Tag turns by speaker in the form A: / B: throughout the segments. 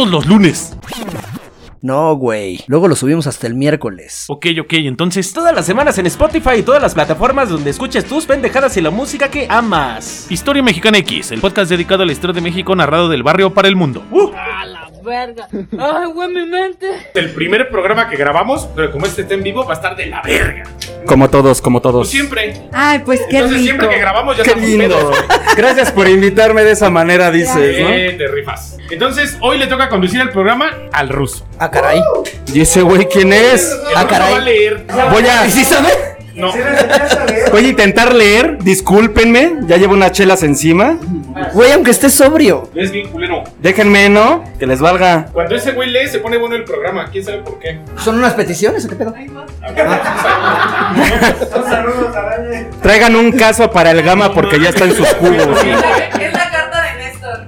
A: los lunes.
B: No, güey. Luego lo subimos hasta el miércoles.
A: Ok, ok, entonces.
C: Todas las semanas en Spotify y todas las plataformas donde escuches tus pendejadas y la música que amas.
A: Historia Mexicana X, el podcast dedicado a la historia de México narrado del barrio para el mundo. Uh.
D: A la verga. Ay, güey, mi mente.
E: El primer programa que grabamos, pero como este está en vivo, va a estar de la verga.
F: Como todos, como
E: Pues
F: todos.
E: siempre.
G: Ay, pues qué
E: Entonces,
G: rico.
E: siempre que grabamos ya
F: Qué
E: estamos
F: lindo.
E: pedos.
F: Gracias por invitarme de esa manera, dices, ¿no?
E: Eh, te rifas. Entonces, hoy le toca conducir el programa al ruso.
B: Ah, caray.
F: ¿Y ese güey quién es?
E: El
B: Ah,
E: ruso
B: caray.
E: va a leer.
F: Voy a.
E: No.
F: Voy a intentar leer. Discúlpenme, ya llevo unas chelas encima.
B: Güey, aunque estés sobrio.
E: Es bien culero.
F: Déjenme, ¿no? Que les valga.
E: Cuando ese güey lee, se pone bueno el programa. ¿Quién sabe por qué?
B: ¿Son unas peticiones o qué pedo?
F: Traigan un caso para el gama porque ya está en sus cubos.
G: Es la carta de Néstor.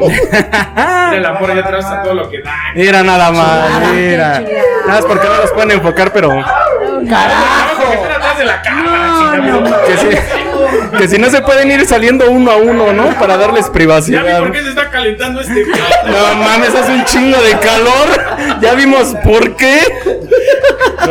E: Mira, la por allá atrás a todo lo que da.
F: Mira nada más, mira.
G: chida.
F: Nada más porque no los pueden enfocar, pero.
E: Ah, porque están atrás de la cámara.
G: No,
E: chingada.
F: Que si, que si no se pueden ir saliendo uno a uno, ¿no? Para darles
E: Ya vi
F: privacidad.
E: por qué se está calentando este güey.
F: No mames, hace un chingo de calor. Ya vimos por qué.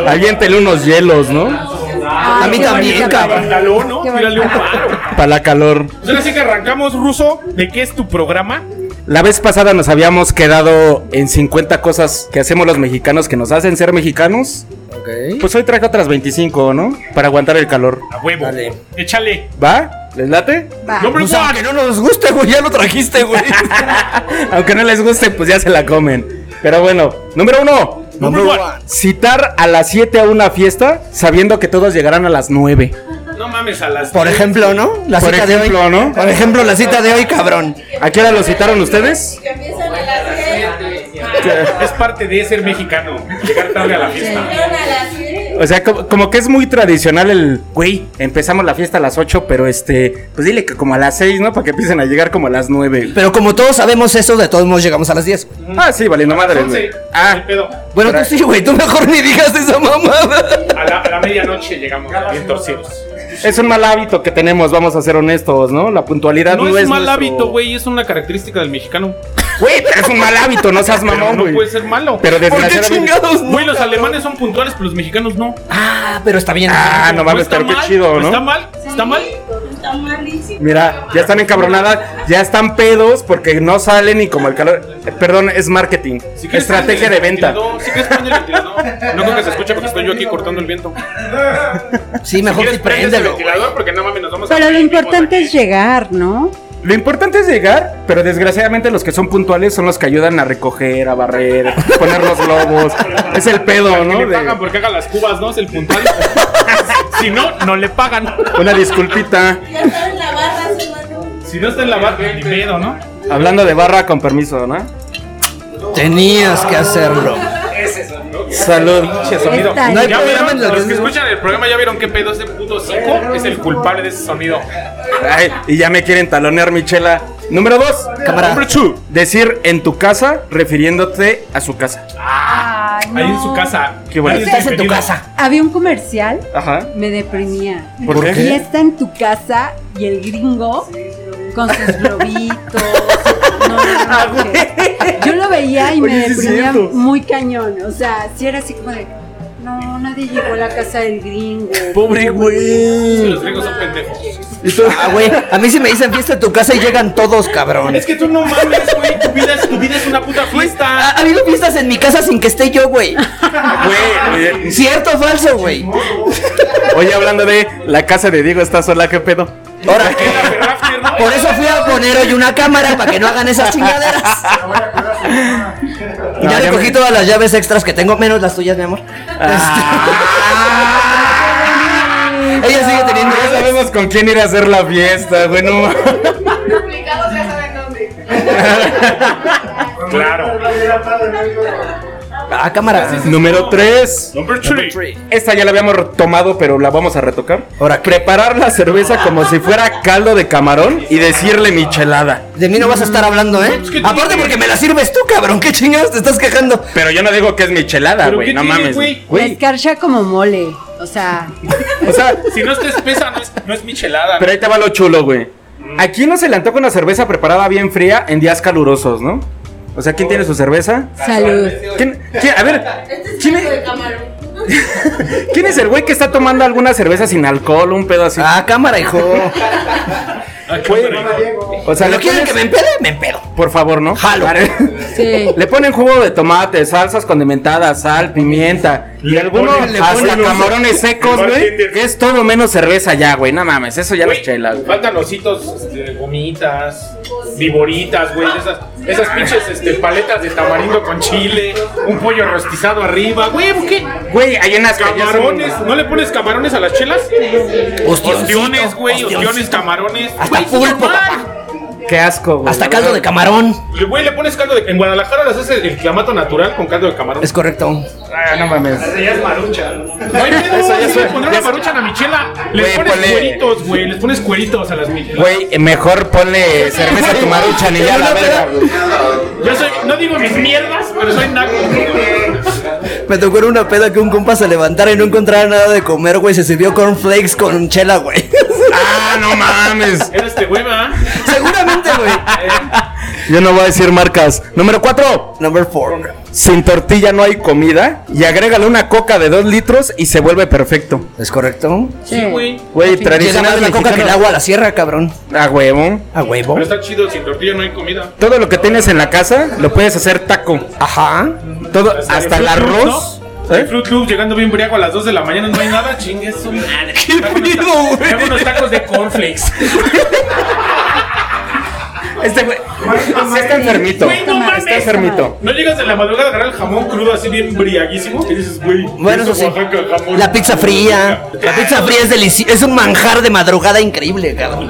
F: Aviéntele unos hielos, ¿no?
B: A mí también, cabrón.
E: Pantalón, ¿no? Tírale un paro.
F: Para la calor.
E: Pues ahora sí que arrancamos, Ruso. ¿De qué es tu programa?
F: La vez pasada nos habíamos quedado en 50 cosas que hacemos los mexicanos que nos hacen ser mexicanos.
B: Ok.
F: Pues hoy traje otras 25, ¿no? Para aguantar el calor.
E: A huevo.
B: Dale.
E: Échale.
F: ¿Va? ¿Les late?
D: Ah.
G: Va.
E: Number
F: Pues
E: one.
F: aunque no nos guste, güey, ya lo trajiste, güey. aunque no les guste, pues ya se la comen. Pero bueno, número uno.
E: Number one.
F: Citar a las 7 a una fiesta sabiendo que todos llegarán a las 9.
E: No mames a las.
B: Por ejemplo, ¿no? La
F: Por
B: cita de
F: ejemplo,
B: hoy.
F: ¿no?
B: Por ejemplo, la cita de hoy, cabrón.
F: ¿A qué hora lo citaron ustedes?
G: Que empiezan a las 7.
E: Es parte de ser mexicano. Llegar tarde a la fiesta.
G: Empiezan a las 7.
F: O sea, como, como que es muy tradicional el, güey, empezamos la fiesta a las 8, pero este, pues dile que como a las 6, ¿no? Para que empiecen a llegar como a las 9.
B: Pero como todos sabemos eso, de todos modos llegamos a las 10.
F: Ah, sí, vale, no madre. güey.
E: Entonces,
F: Ah,
E: el pedo.
B: Bueno, tú
F: Pero-
B: sí, güey. Tú mejor ni digas esa mamada.
E: A la, a la medianoche llegamos bien torcidos.
F: es un mal hábito que tenemos, vamos a ser honestos, ¿no? La puntualidad no,
E: No es mal
F: nuestro-
E: hábito, güey. Es una característica del mexicano.
F: Güey, pero es un mal hábito, no seas
E: Pero
F: mamón,
E: no
F: güey.
E: puede ser malo.
F: Pero
B: ¿Por qué
F: desgraciadamente.
B: chingados? no?
E: Güey, los alemanes son puntuales, pero los mexicanos no.
B: Ah, pero está bien.
F: Ah, no mames,
E: está
F: pero qué
E: mal,
F: chido,
E: Está
F: ¿no?
E: mal, está mal.
G: Está malísimo.
F: Mira, ya están encabronadas, ya están pedos porque no salen y como el calor. eh, perdón, es marketing.
E: Si quieres,
F: Estrategia de
E: prende el
F: venta.
E: ventilador, Si quieres, prende el ventilador. No creo que se escuche porque estoy yo aquí cortando el viento.
B: Sí,
E: Si
B: mejor sí,
E: quieres, prendes el
B: préndelo.
E: ventilador porque no mames, nos vamos a
D: Pero lo
E: morir vivos
D: importante
E: aquí.
D: es llegar, ¿no?
F: Lo importante es llegar, pero desgraciadamente los que son puntuales son los que ayudan a recoger, a barrer, poner los globos. Es el pedo,
E: Que
F: ¿no?
E: le pagan
F: De-
E: porque haga las cubas, ¿no? Es el puntual. si no, no le pagan.
F: una disculpita.
G: Ya está en la barra hace rato.
E: Si no está en la barra, ni pedo, ¿no?
F: Hablando de barra, con permiso, ¿no?
B: Tenías que hacerlo.
F: Salud.
E: Ese sonido.
D: Está
B: No hay
E: ya
B: problema
E: vieron,
B: en la
E: los que
B: radio.
E: escuchan el programa ya vieron qué pedo este puto cinco es el culpable de ese sonido.
F: Ay, y ya me quieren talonear, Michela. Número dos.
B: Cámara.
F: Number two. Decir en tu casa, refiriéndote a su casa.
D: Ay, no.
E: Ahí en su casa.
F: Qué bueno.
E: Ahí
B: Estás en tu
E: bienvenido.
B: casa.
D: Pues, Había un comercial,
F: Ajá.
D: me deprimía.
F: ¿Por qué?
D: Fiesta en tu casa y el gringo con sus globitos. No, no, no, que- Yo lo veía y me
F: Oye, sí es
D: deprimía
F: cierto.
D: muy cañón. O sea, si era así como de. No, nadie llegó a la casa del gringo.
B: Pobre
E: Sí,
B: güey.
E: los gringos son pendejos.
B: Ah, güey. A mí si me dicen fiesta en tu casa y llegan todos, cabrón.
E: Es que tú no mames, güey. Tu vida es, tu vida es una puta
B: Ha,
E: fiesta.
B: ha habido fiestas en mi casa sin que esté yo, güey.
F: Güey, oye,
B: ¿Cierto o falso, güey?
F: oye, hablando de la casa de Diego está sola, ¿qué pedo?
B: Ahora,
E: Era perrafter, ¿no?
B: por eso fui a poner hoy una cámara para que no hagan esas chingaderas. Y
F: No,
B: ya
F: ya
B: recogí
F: me-
B: todas las llaves extras que tengo, menos las tuyas, mi amor. Este- Ella sigue teniendo
F: Ya
B: llaves.
F: sabemos con quién ir a hacer la fiesta, güey, no mames.
G: Complicado, ya saben dónde.
E: Claro.
B: Ah, cámara.
F: Número 3.
E: Number three.
F: Esta ya la habíamos tomado, pero la vamos a retocar.
B: Ahora, ¿qué?
F: preparar la cerveza como si fuera caldo de camarón y decirle michelada.
B: De mí no vas a estar hablando, ¿eh?
E: Es que tú-
B: Aparte porque me la sirves tú, cabrón. ¿Qué chingados te estás quejando?
F: Pero yo no digo que es michelada,
E: ¿Pero
F: güey,
E: qué
F: no
E: tiene,
F: mames.
E: güey?
D: La escarcha como mole. O sea,
F: O sea,
E: Si no está espesa, no es, no es michelada.
F: pero ahí te va lo chulo, güey.
E: Mm.
F: ¿A quién no se le antoja una cerveza preparada bien fría en días calurosos, no? O sea, ¿quién tiene su cerveza?
D: salud.
F: ¿Quién, quién- a ver,
G: Este es
F: ¿quién
G: caldo de
F: es,
G: camarón.
F: quién es el güey que está tomando alguna cerveza sin alcohol, un pedo así?
B: Ah, cámara, hijo.
E: Ay,
F: güey.
E: cabrón.
F: O sea,
B: ¿Lo
F: le
B: quieren
F: pones-
B: que me empede? Me empedo.
F: Por favor, ¿no?
B: Jalo.
D: Sí.
F: Le ponen jugo de tomate, salsas condimentadas, sal, pimienta. Y
E: Le
F: algunos
E: ponen- le
F: hasta
E: ponen-
F: camarones secos,
E: Igual
F: güey.
E: Tinder.
F: Que es todo menos cerveza ya, güey. No mames, eso ya las
E: Güey,
F: chelas. güey.
E: Faltan ositos, este, gomitas, viboritas, güey. Esas, esas pinches este, paletas de tamarindo con chile, un pollo rostizado arriba, güey. ¿por ¿Qué?
F: Güey, hay unas que ya son-
E: Camarones, ¿no le pones camarones a las chelas?
B: Hostioncito,
E: Ostiones, güey, ostiones,
B: hostioncito.
E: camarones.
B: Hasta
E: Güey,
B: pulpo.
E: mal.
F: Qué asco, güey.
B: Hasta caldo de camarón.
E: Le- Güey, le pones caldo de. En Guadalajara las hace el clamato natural con caldo de camarón.
B: Es correcto.
F: Ah, no mames.
E: ya es marucha. No hay pedo,
F: Eso ya
E: sí
F: fue-
E: le pondrán
F: ya
E: la
F: es-
E: marucha a la michela. Les
F: Güey,
E: pones
F: ponle-
E: cueritos, güey. Les pones cueritos a las michelas.
F: Güey, eh, mejor ponle cerveza a tu maruchan y ya la verga, güey.
E: Yo soy, no digo mis mierdas, pero soy naco.
B: Me tocó en una peda que un compa se levantara y no encontrara nada de comer, güey. Se sirvió cornflakes con chela, güey.
F: Ah, no mames.
E: Era este güey, ¿verdad?
B: Seguramente, güey.
F: Yo no voy a decir marcas. Número 4.
B: Number four.
F: Sin tortilla no hay comida. Y agrégale una coca de 2 litros y se vuelve perfecto.
B: ¿Es correcto?
D: Sí,
E: güey.
B: Llega
F: Güey,
B: más
F: tradicional
B: la coca que el
F: mexicano.
B: agua a la sierra, cabrón.
F: A huevo.
B: A huevo.
E: Pero está chido, sin tortilla no hay comida.
F: Todo lo que tienes en la casa lo puedes hacer taco.
B: Ajá.
F: Todo,
E: de
F: hasta el
E: Fruit Loops,
F: arroz.
E: ¿no?
F: ¿eh?
E: De Fruit Loops llegando bien briago a las 2 de la mañana, no hay nada, chingue su madre. ¿Qué unos, tacos, hago unos tacos de cornflakes.
F: Este güey. sí está enfermito.
E: Güey, no mames.
F: Está enfermito.
E: ¿No llegas de la madrugada a agarrar el jamón crudo así bien briaguísimo? Y dices, güey,
B: Bueno, eso
E: queso
B: sí.
E: Oaxaca, jamón.
B: La pizza fría. La pizza fría es deliciosa. Es un manjar de madrugada increíble, cabrón.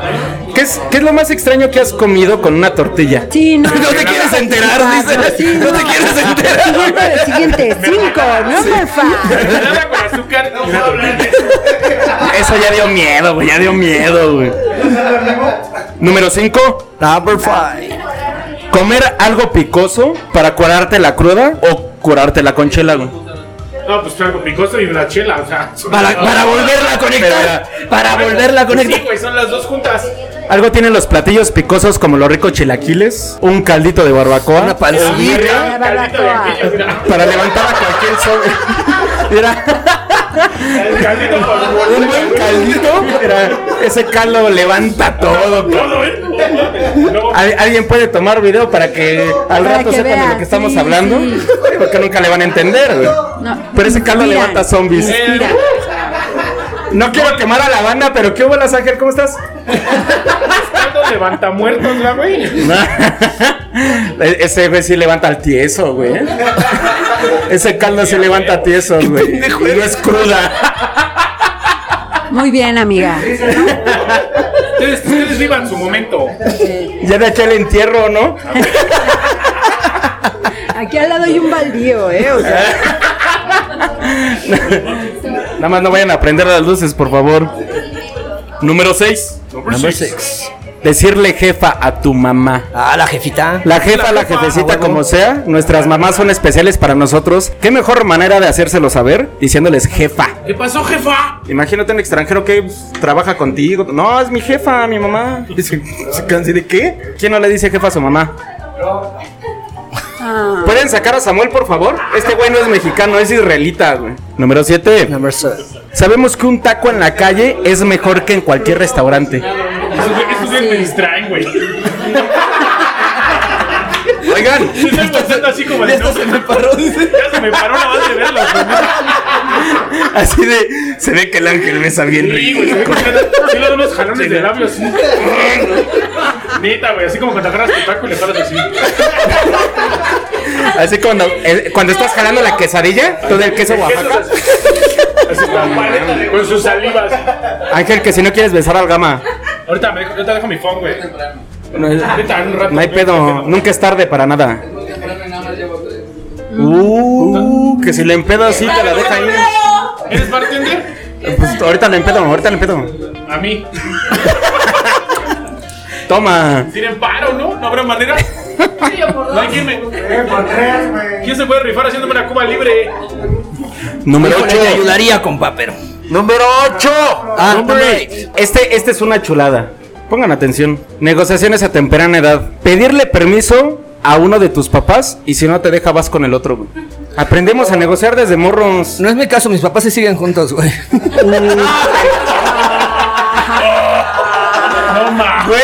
F: ¿Qué es, ¿Qué es lo más extraño que has comido con una tortilla?
D: Sí, no.
B: No te quieres enterar, dice. No te quieres enterar.
D: Siguiente, siguiente. Cinco, number five.
E: Nada con azúcar. y nada.
F: Eso ya dio miedo, güey. Ya dio miedo, güey. Número 5.
B: Number five.
F: Comer algo picoso para curarte la cruda o curarte la conchela, güey.
E: No, pues algo picoso y una chela, o sea.
B: Para, para volverla a conectar. Para volverla a
E: Sí,
B: conectar.
E: güey, son las dos juntas.
F: Algo tienen los platillos picosos como los ricos chilaquiles, un caldito de barbacoa,
B: Una pancita.
E: Ah, Caldito de aquello, mira.
F: para levantar a cualquier sobre. Mira,
E: El caldito para volver.
F: un buen caldito. Mira, ese caldo levanta todo. ca-
E: Todo, ¿eh? No,
F: Al- alguien puede tomar video para que al
D: Para
F: rato
D: que
F: sepan de
D: vean,
F: lo que estamos
D: sí,
F: hablando.
D: sí.
F: Porque nunca le van a entender, güey.
D: No,
F: Pero ese caldo
D: inspiran,
F: levanta zombies.
D: inspira.
F: No quiero quemar a la banda, pero ¿qué hubo, la Ángel? ¿Cómo estás?
E: caldo levanta muertos, ya, güey.
F: E- Ese güey sí levanta al tieso, güey. ¿eh? Ese caldo sí levanta a tieso, güey. Y no es cruda.
D: Muy bien, amiga.
E: Ustedes, ustedes vivan su momento.
F: Ya de aquí al entierro, ¿no?
D: Aquí al lado hay un baldío, ¿eh? O sea,
F: Nada más no vayan a prender las luces, por favor. Número 6.
B: Number six.
F: Decirle jefa a tu mamá.
B: Ah, la jefita.
F: La jefa, la, jefecita, como sea, nuestras mamás son especiales para nosotros. ¿Qué mejor manera de hacérselo saber? Diciéndoles jefa.
E: ¿Qué pasó, jefa?
F: Imagínate un extranjero que pues, trabaja contigo. No, es mi jefa, mi mamá. Dice, ¿de qué? ¿Quién no le dice jefa a su mamá?
D: Ah.
F: ¿Pueden sacar a Samuel, por favor? Este güey no es mexicano, es israelita, güey. Número 7.
B: Number seven.
F: Sabemos que un taco en la calle es mejor que en cualquier restaurante.
E: Esos güey- esos güeyes me distraen, güey.
F: Oigan,
E: Yo estoy pensando así como
B: Ya
E: de.
B: hasta
E: No,
B: se me paró, dice.
E: ya se me paró la base de verlos, güey.
F: así de. Se ve que el ángel besa bien
E: Sí, güey.
F: rico.
E: Se ve que le- sí le dan unos jalones de labios. así. Neta, güey. Así como cuando agarras tu taco y le paras así.
F: Así cuando, eh, cuando estás jalando la quesadilla, todo el queso Oaxaca.
E: Así así con paleta de- con sus salivas.
F: Ángel, que si no quieres besar al gama,
E: Ahorita me dejo, yo te dejo mi phone, güey.
F: no, es-
E: Ahorita, en un rato.
F: no hay pedo, nunca es tarde para nada. Uh, que si le empedo así, te la deja ahí.
E: ¿Eres bartender?
F: Pues ahorita le empedo, ahorita le empedo.
E: A mí.
F: Toma.
E: Tienen paro, ¿no? No habrá manera. No hay quien me. ¿Quién se puede rifar haciéndome una cuba libre?
F: Número
B: Híjole, te
F: 8.
B: ayudaría, compa, pero.
F: Número 8.
B: Ah,
F: Número
B: number
F: eight. Este, este es una chulada. Pongan atención. Negociaciones a temprana edad. Pedirle permiso a uno de tus papás y si no te deja vas con el otro. güey. Aprendemos a negociar desde morros.
B: No es mi caso, mis papás se siguen juntos, güey.
E: No mames.
F: Güey.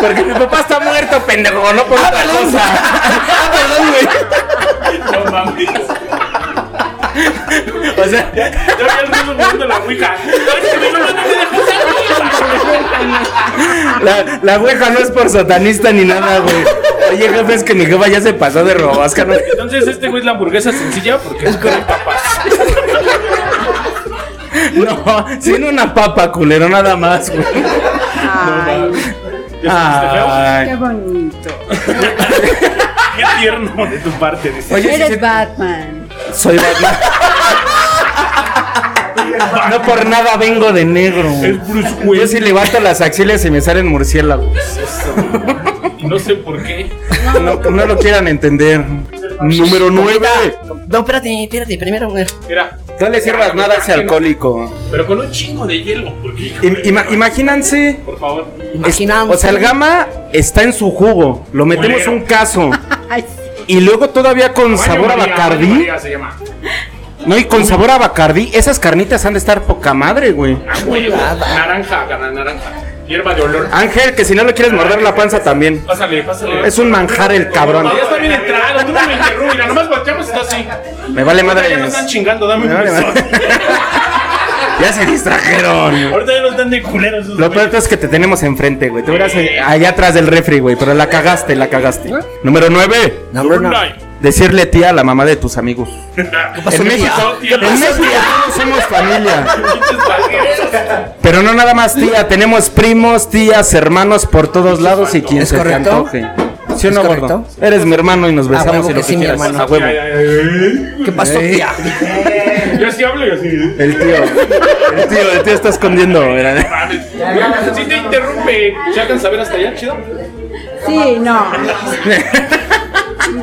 F: Porque mi papá está muerto, pendejo, no por otra cosa.
B: Ah, perdón, güey.
E: No mames.
F: O sea,
E: Ya habías visto moviendo la Ouija. Ay, que me lo manden de
F: la, la ouija no es por satanista ni nada, güey. Oye, jefe, es que mi jefa ya se pasó de robasca, ¿no?
E: Entonces este güey es la hamburguesa sencilla porque es con papas.
F: No, sin una papa, culero, nada más, güey.
D: Ay, qué
F: Ay.
D: bonito.
E: Qué tierno de tu parte, dice.
F: Oye, sí,
D: Eres
F: sí,
D: Batman.
F: soy Batman. No por nada vengo de negro.
E: Es Bruce
F: Yo
E: Wayne.
F: sí levanto las axilas y me salen murciélagos.
E: Y no sé por qué.
F: No, no lo quieran entender. Número 9.
B: No, espérate, espérate, primero, güey.
E: Mira.
F: No le sirvas nada a ese alcohólico.
E: Pero con un chingo de hielo. Porque,
F: Im- ima- imagínense.
E: por favor.
B: Imaginamos.
F: O sea, el gama está en su jugo. Lo metemos
E: Culero.
F: un caso.
D: Ay,
F: Y luego todavía con
E: Baño
F: sabor a
E: María, Baño
F: bacardí.
E: María se llama.
F: No, y con sabor a bacardí. Esas carnitas han de estar poca madre, güey.
E: Ah, güey, Naranja, gana naranja. Hierba de olor.
F: Ángel, que si no le quieres morder la panza también.
E: Pásale, pásale.
F: Es un manjar el cabrón.
E: Ah, Ya está bien entrado, tú no me interrumpes. Mira, nomás volteamos y está así.
F: Me vale madre.
E: Ya nos están chingando, dame un
F: Me vale
E: beso.
F: Ya se distrajeron.
E: Ahorita ya nos están de culeros. esos
F: Lo peor
E: güeyes.
F: es que te tenemos enfrente, güey. Te hubieras eh, allá atrás del refri, güey. Pero la cagaste, la cagaste.
E: ¿Eh?
F: Número 9.
B: Number nine.
E: Ay,
F: Decirle tía a la mamá de tus amigos.
B: pasó,
F: en
B: tía?
F: México,
E: ¿Qué
F: en
E: pasó,
F: México
E: tía?
F: todos somos familia.
E: pinches vaqueros.
F: Pero no nada más tía, tenemos primos, tías, hermanos por todos lados y quien
B: ¿Es
F: se te
B: correcto?
F: antoje. ¿Sí o
B: ¿Es
F: no,
B: correcto? Ah,
F: gordo? Eres mi hermano y nos besamos
B: huevo
F: y
B: que
F: lo que
B: sí, mi
F: quieras.
B: hermano.
F: A huevo.
E: Ay, ay, ay.
B: ¿Qué pasó, tía?
E: Yo sí hablo y así.
F: El tío. El tío, el tío está escondiendo. ¿verdad?
E: Si te interrumpe, ¿se alcanza a ver hasta allá, chido?
D: sí, no.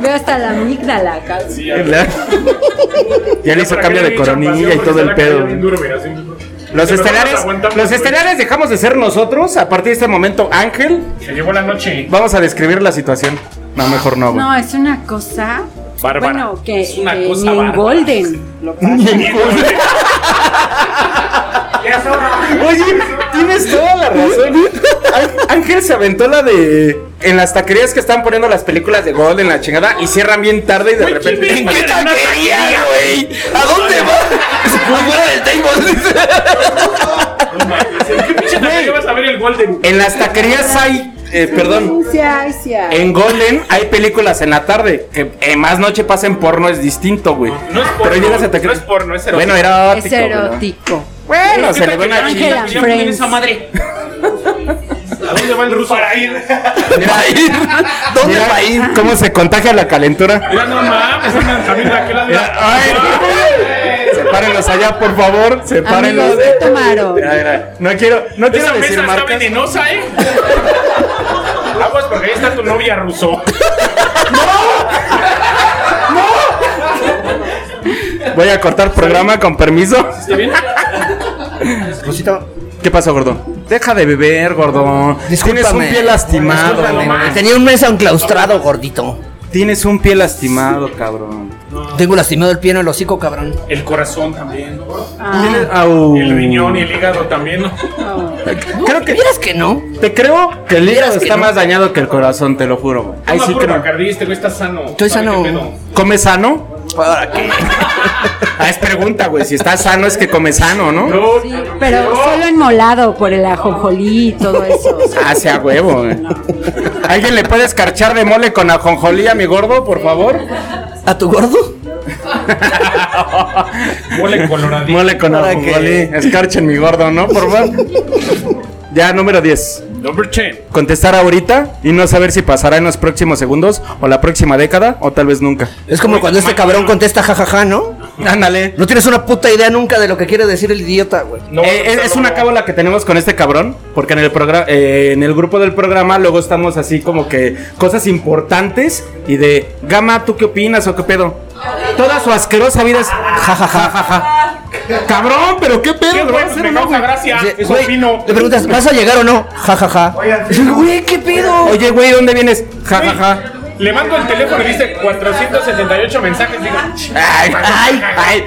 D: Veo hasta la amígdala acá.
E: Sí,
F: Ya le hizo cambio de coronilla y todo el pedo. Los estelares, los estelares dejamos de ser nosotros. A partir de este momento, Ángel,
E: Se llevó la noche.
F: vamos a describir la situación. No, mejor no, güey.
D: No, es una cosa.
E: Bárbara.
D: Bueno, que
E: Es una
D: que
E: cosa
D: ni en
E: bárbara.
D: Golden. lo pasa.
F: Oye, tienes toda la razón. Á- Ángel se aventó la de. En las taquerías que están poniendo las películas de Gold en la chingada y cierran bien tarde y de repente.
E: ¿quién ve?
F: ¿En qué taquería, güey?
B: ¿A dónde va? Fuera del table, dice.
E: ¿Qué pinche te vas a ver el Golden?
F: En las taquerías hay. eh, perdón.
D: Sí, ay, sí, ay.
F: En Golden hay películas en la tarde. Que eh, más noche pasen porno es distinto, güey.
E: No es porno,
F: Pero llegas a
E: no
F: taquería-
E: es porno, es erótico.
F: Bueno, erótico.
D: Es
F: güey, ¿no?
D: erótico.
F: Bueno, se le ve una
D: Ángel
F: chica.
D: and Friends.
E: ¿A dónde va el ruso? Para ir.
B: Va a ir. ¿Dónde
F: Mira
B: va a ir?
F: ¿Cómo se contagia la calentura?
E: Mira, no mames, andan también de aquel lado.
F: Mira, ay.
E: Ah,
F: Sepárenlos allá, por favor. Sepárenlos.
D: Amigos, ¿qué tomaron?
F: Mira, mira, No quiero, no quiero
E: Esa
F: decir
E: mesa está
F: marcas.
E: venenosa, ¿eh? Aguas porque ahí está tu novia ruso.
F: Voy a cortar programa con permiso.
E: ¿Está bien?
F: ¿Qué pasó, gordo? Deja de beber, gordo. Tienes un
B: Discúlpame.
F: pie lastimado.
E: Discúlpame, ma.
B: Tenía un mes enclaustrado, gordito.
F: Tienes un pie lastimado, cabrón.
B: Tengo lastimado el pie en el hocico, cabrón.
E: El corazón también, ¿no?
F: Tienes- au.
E: El riñón y el hígado también, ¿no?
B: Creo que vieras que no.
F: Te creo que el
B: Vieras
F: hígado
B: que
F: está
B: no.
F: más dañado que el corazón, te lo juro, güey. Ahí
E: Toma
F: sí
E: puro
F: creo.
E: Bacardí, este güey está sano.
B: Estoy
E: ¿Sabe
B: sano.
E: qué pedo?
F: ¿Come sano?
B: ¿Para qué?
F: Ah, es pregunta, güey. Si está sano es que come sano, ¿no?
E: No,
D: Sí, pero solo enmolado por el ajonjolí y todo eso. o sea.
F: Ah, sea huevo, güey. ¿Alguien le puede escarchar de mole con ajonjolí a mi gordo, por favor?
B: ¿A tu gordo?
E: mole coloradito.
F: Mole con
B: ¿Para
F: ajonjolí. Escarchen mi gordo, ¿no? Por favor. Ya, número 10.
E: Number 10.
F: Contestar ahorita y no saber si pasará en los próximos segundos o la próxima década o tal vez nunca.
B: Es como cuando este cabrón contesta jajaja, ¿no?
F: Ándale.
B: No tienes una puta idea nunca de lo que quiere decir el idiota, güey.
E: No,
F: Eh,
E: no,
F: es,
E: no,
F: es
E: no.
F: una cábala que tenemos con este cabrón, porque en el programa, en el grupo del programa luego estamos así como que cosas importantes y de Gama, ¿tú qué opinas o qué pedo? Toda su asquerosa vida es ja ja ja ja ja. Cabrón, pero qué pedo,
E: ¿Qué
F: ¿Lo vas a
E: bueno,
F: hacer
E: me
F: o no,
E: causa
F: güey?
E: gracia.
B: Sí,
E: Eso
B: güey,
E: opino.
B: Le preguntas, ¿vas a llegar o no? Jajaja. Güey, ¿qué pedo?
F: Oye, güey, ¿dónde vienes? Ja ja
E: Güey,
F: ja.
E: Le mando el teléfono y dice 478 mensajes. Digo,
F: Ay, ay, ay.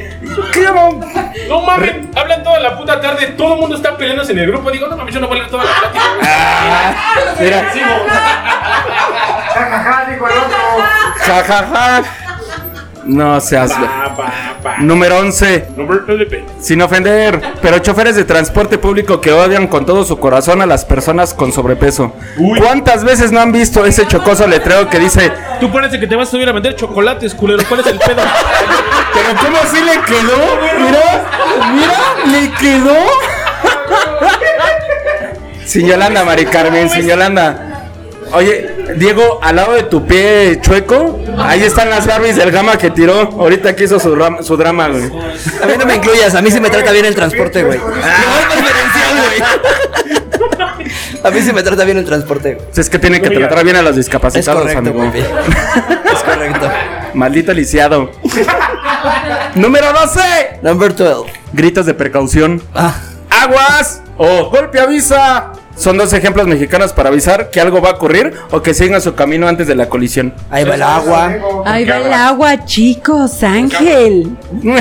F: ¿Qué no?
E: no mames, hablan toda la puta tarde. Todo el mundo está peleándose en el grupo. Digo, no mames, yo no voy a leer toda la plática.
F: Mira,
E: Sigo.
F: ja ja ja. No seas.
E: Pa, pa, pa.
F: Número 11.
E: Number 11.
F: Sin ofender, pero choferes de transporte público que odian con todo su corazón a las personas con sobrepeso.
E: Uy.
F: ¿Cuántas veces no han visto ese chocoso letrero que dice,
E: Tú parece que te vas a subir a vender chocolates, culero. ¿Cuál es el pedo?
F: pero cómo así le quedó? Mira, mira, le quedó. Sin Yolanda, Mari Carmen, sin Yolanda. Oye, Diego, al lado de tu pie chueco, ahí están las Barbies del gama que tiró. Ahorita quiso su, dra- su drama, güey.
B: A mí no me incluyas, a mí sí me trata bien el transporte, güey. A mí sí me trata bien el transporte, güey.
F: Es que tienen que tratar bien a los
B: Es
F: discapacitados,
B: correcto,
F: amigo.
B: güey. Es correcto.
F: Maldito lisiado. Número 12.
B: Number 12.
F: Gritos de precaución.
B: Ah,
F: ¡Aguas! O golpe avisa. Son dos ejemplos mexicanos para avisar que algo va a ocurrir o que sigan su camino antes de la colisión.
B: ahí va el agua.
D: Ahí va el agua, chicos, Ángel.
F: no,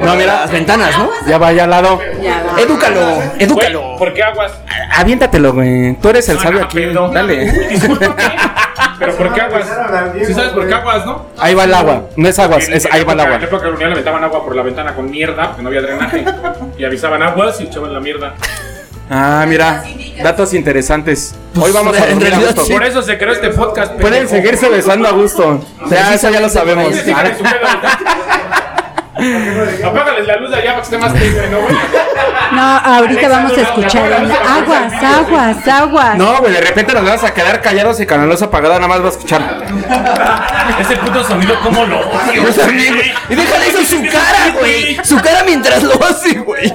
B: Las
F: mira.
B: ventanas, ¿no?
F: Ya vaya al lado.
B: Edúcalo,
E: Güey,
B: edúcalo.
E: ¿Por qué aguas?
F: Aviéntatelo, güey. Tú eres el sabio aquí.
E: Perdón.
F: Dale.
E: Discúlpame, Pero ¿por qué aguas? Si sabes por qué aguas, ¿no?
F: Ahí va el agua. No es aguas, es ahí va el
E: En la
F: agua.
E: época colonial aventaban agua por la ventana con mierda, porque no había drenaje. y avisaban aguas y echaban la mierda.
F: Ah, mira. Datos interesantes. Hoy vamos a
B: en
F: dormir a
B: realidad
F: gusto.
B: sí.
E: Por eso se creó este podcast.
F: Pueden
E: pendejo.
F: seguirse besando a gusto. Ya, eso ya lo sabemos. Ah.
E: Sí, sí, que su pedo. Apágales la luz de allá para que esté más triste, ¿no, güey?
D: No, ahorita
E: Alexa,
D: vamos a
E: no, no,
D: escuchar.
E: no, no, no,
D: Aguas,
E: no, no, no,
D: aguas, aguas.
F: No, güey, de repente nos vamos a quedar callados y con la luz apagada nada más va a escuchar.
E: Ese puto sonido, ¿cómo lo odio?
B: Yo también, güey. Y déjale eso su cara, güey. Su cara mientras lo hace, güey.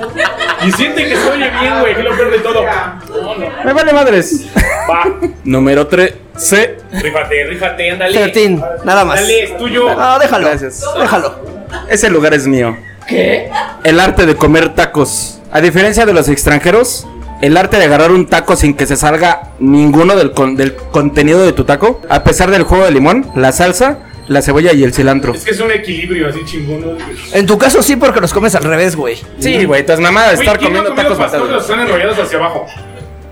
E: Y siente que se oye bien, güey, que lo pierde todo. No, no.
F: Me vale madres.
E: Va,
F: Número 13.
E: rífate, rífate, ándale.
B: 13, nada más.
E: Dale, es tuyo.
B: No, déjalo.
F: Gracias.
B: Déjalo.
F: Ese lugar es mío. ¿Qué? El arte de comer tacos. A diferencia de los extranjeros, el arte de agarrar un taco sin que se salga ninguno del, con- del contenido de tu taco, a pesar del juego de limón, la salsa, la cebolla y el cilantro.
E: Es que es un equilibrio así chingón. ¿no?
B: En tu caso sí, porque los comes al revés, güey.
F: Sí, güey, tus mamadas de
E: Güey,
F: estar
E: ¿quién no ha
F: comiendo
E: comido
F: tacos
E: pastor que los
F: matados.
E: están enrollados hacia abajo?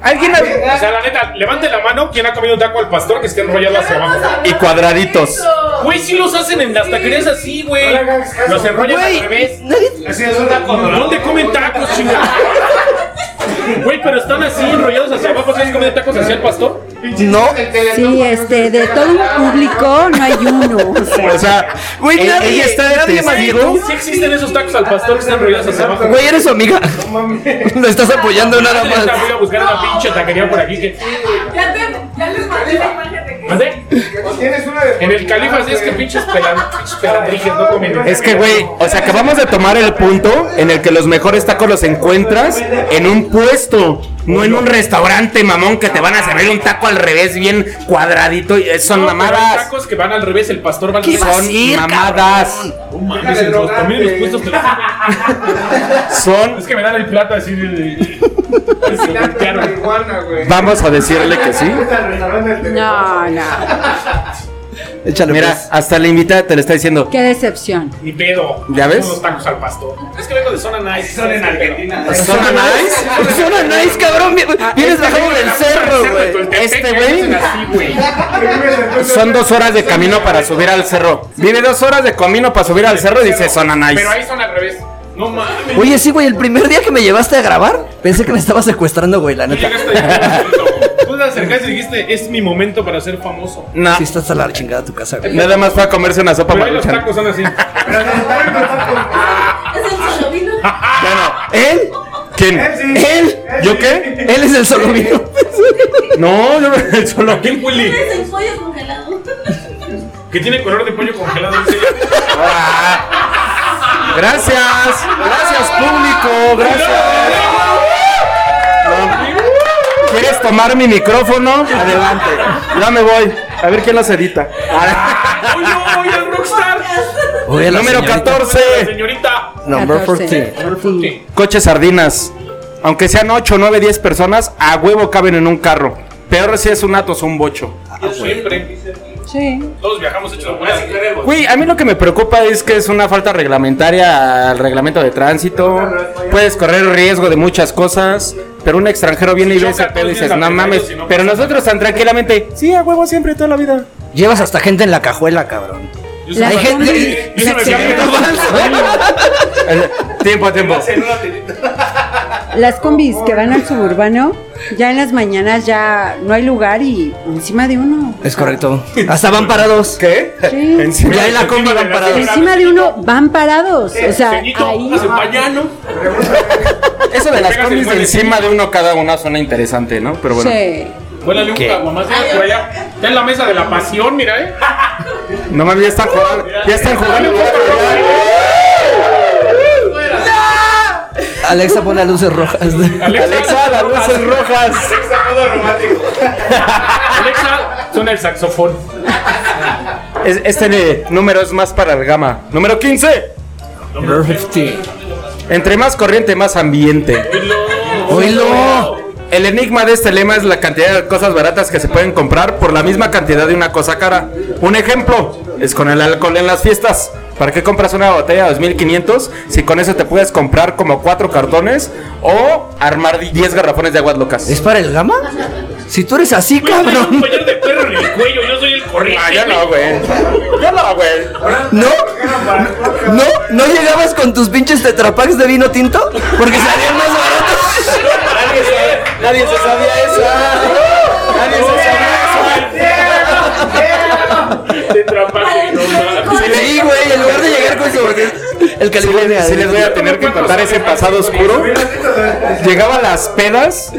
E: Ah,
F: ¿Alguien ha-
E: O sea, la neta, levante la mano quien ha comido un taco al pastor que esté enrollado hacia abajo.
F: Y cuadraditos.
E: Güey, sí los hacen en las taquerías así, güey. Los enrollan al revés.
B: nadie-
E: Así es un taco. ¿Dónde comen tacos, chingada? Güey, pero están así enrollados hacia abajo. ¿Sabes comido tacos hacia el pastor?
B: No.
D: Sí, este, de todo un público no hay uno. o sea.
F: O sea,
B: Güey,
F: e-
B: nadie-
F: ella está de
B: nadie
F: testigo.
B: imaginó.
E: Sí existen esos tacos al pastor que están enrollados hacia abajo.
B: Güey, eres su amiga. Lo estás apoyando nada
E: Madre, neta,
B: más.
E: Voy a buscar una pinche taquería por aquí que...
G: Ya, te, ya les mandé la imagen de que.
E: ¿Mande? En el califa sí es que pinches pelan- pinches pelandrijes no comen.
F: Es que, güey, o sea, acabamos de tomar el punto en el que los mejores tacos los encuentras en un puesto, no en un restaurante, mamón, que te van a servir un taco al revés, bien cuadradito. y eh, Son
E: No, pero hay
F: mamadas.
E: tacos que van al revés, el pastor va al
B: ¿Qué
E: revés.
B: vas a
F: Son
B: decir,
F: mamadas.
E: No mames, en los- también en los puestos te lo-
F: Son.
E: Es que me dan el plato así de- de- de- Se voltearon.
F: Vamos a decirle que sí.
D: No, no.
B: Échale.
F: Mira,
B: pues.
F: hasta la invitada te le está diciendo.
D: Qué decepción.
E: Ni pedo.
F: ¿Ya ves?
E: Unos tacos al pastor. Es que vengo de zona nice. Son en Argentina.
F: ¿Suena nice?
B: Suena nice, Ah, cabrón. vi- Vienes bajado del cerro, güey.
F: Este güey. Son dos horas de camino para subir al cerro. Viene dos horas de camino para subir al cerro y dice zona nice.
E: Pero ahí son al revés. No mames.
B: Oye, sí, güey, el primer día que me llevaste a grabar, pensé que me estaba secuestrando, güey, la
E: Tú
B: neta.
E: llegaste ahí, güey. este Tú te acercaste y dijiste, es mi momento para ser famoso.
F: No,
B: Sí, estás a la chingada tu casa, güey.
F: nada más fue a comerse una sopa
E: Pero ahí los
F: maruchan.
E: tacos son así.
G: Es el solovino.
F: Ya no. ¿Él? ¿Quién?
B: ¿Él?
F: ¿Yo qué?
B: Él es el solo mío.
F: No, yo no- solo aquí.
E: ¿Quién Willy?
G: Tienes el pollo congelado.
E: Que tiene color de pollo congelado. dice ella.
F: Ah. Gracias, gracias público, gracias. No. ¿Quieres tomar mi micrófono? Adelante. Ya me voy. A ver quién los edita.
E: ¡Oye, oye, el rockstar!
B: Oye, la
F: Número
B: señorita.
F: 14.
E: Señorita.
B: Number
D: 14.
B: 14.
E: Sí.
F: Coches sardinas. Aunque sean 8, 9, 10 personas, a huevo caben en un carro. Peor si es un Atos o un bocho.
E: Yo siempre.
D: Sí.
E: Todos viajamos hechos bolas.
F: Güey, a mí lo que me preocupa es que es una falta reglamentaria al reglamento de tránsito. Puedes correr riesgo de muchas cosas, pero un extranjero viene y ve ese pedo y dices, no mames. Pero nosotros tan tranquilamente, sí, a huevo siempre, toda la vida.
B: Llevas hasta gente en la cajuela, cabrón.
E: Yo
D: La
B: Hay
E: siempre-
B: gente.
E: Yo siempre decía,
B: No
E: "Mira,
B: más.
F: Eh, tiempo, tiempo.
D: Las combis que van al suburbano, ya en las mañanas ya no hay lugar y encima de uno.
B: Es correcto. Hasta van parados.
F: ¿Qué?
D: Sí.
F: Encima-
B: Ya en la combi van parados.
D: Encima de uno van parados. O sea,
E: ceñito,
D: ahí.
E: hace payano.
F: Eso de las
E: Pegas el
F: combis de
E: muelle.
F: encima de uno cada una suena interesante, ¿no? Pero bueno.
D: Sí.
E: Vuélale un caguamás mira, por allá. Está en la mesa de la pasión, mira, eh.
F: No mames, ya están jugando. Ya están jugando.
B: Alexa pone luces rojas.
F: Alexa, las luces rojas.
E: Alexa, suena el saxofón.
F: Es- Este eh, número es más para el gama. Número 15.
B: Number 15.
F: Entre más corriente, más ambiente.
B: ¡Oílo!
F: El enigma de este lema es la cantidad de cosas baratas que se pueden comprar por la misma cantidad de una cosa cara. Un ejemplo es con el alcohol en las fiestas. ¿Para qué compras una botella de 2500 si con eso te puedes comprar como cuatro cartones o armar 10 garrafones de aguas
B: ¿Es
F: locas?
B: para el gama? Si tú eres así,
E: Güey, soy un
B: cabrón.
E: collar de perro en el cuello, yo soy el corriente.
F: Ah, ya no, güey. Ya no, güey.
B: ¿No? ¿No? ¿No llegabas con tus pinches tetrapacks de vino tinto? Porque salían más baratos.
F: Nadie se, nadie se sabía esa. Nadie se sabía esa.
E: Te trapaste, no mames.
B: Sí, güey, en lugar de llegar con su El California.
F: Sí les voy a tener que contar ese pasado oscuro. Llegaba a las pedas,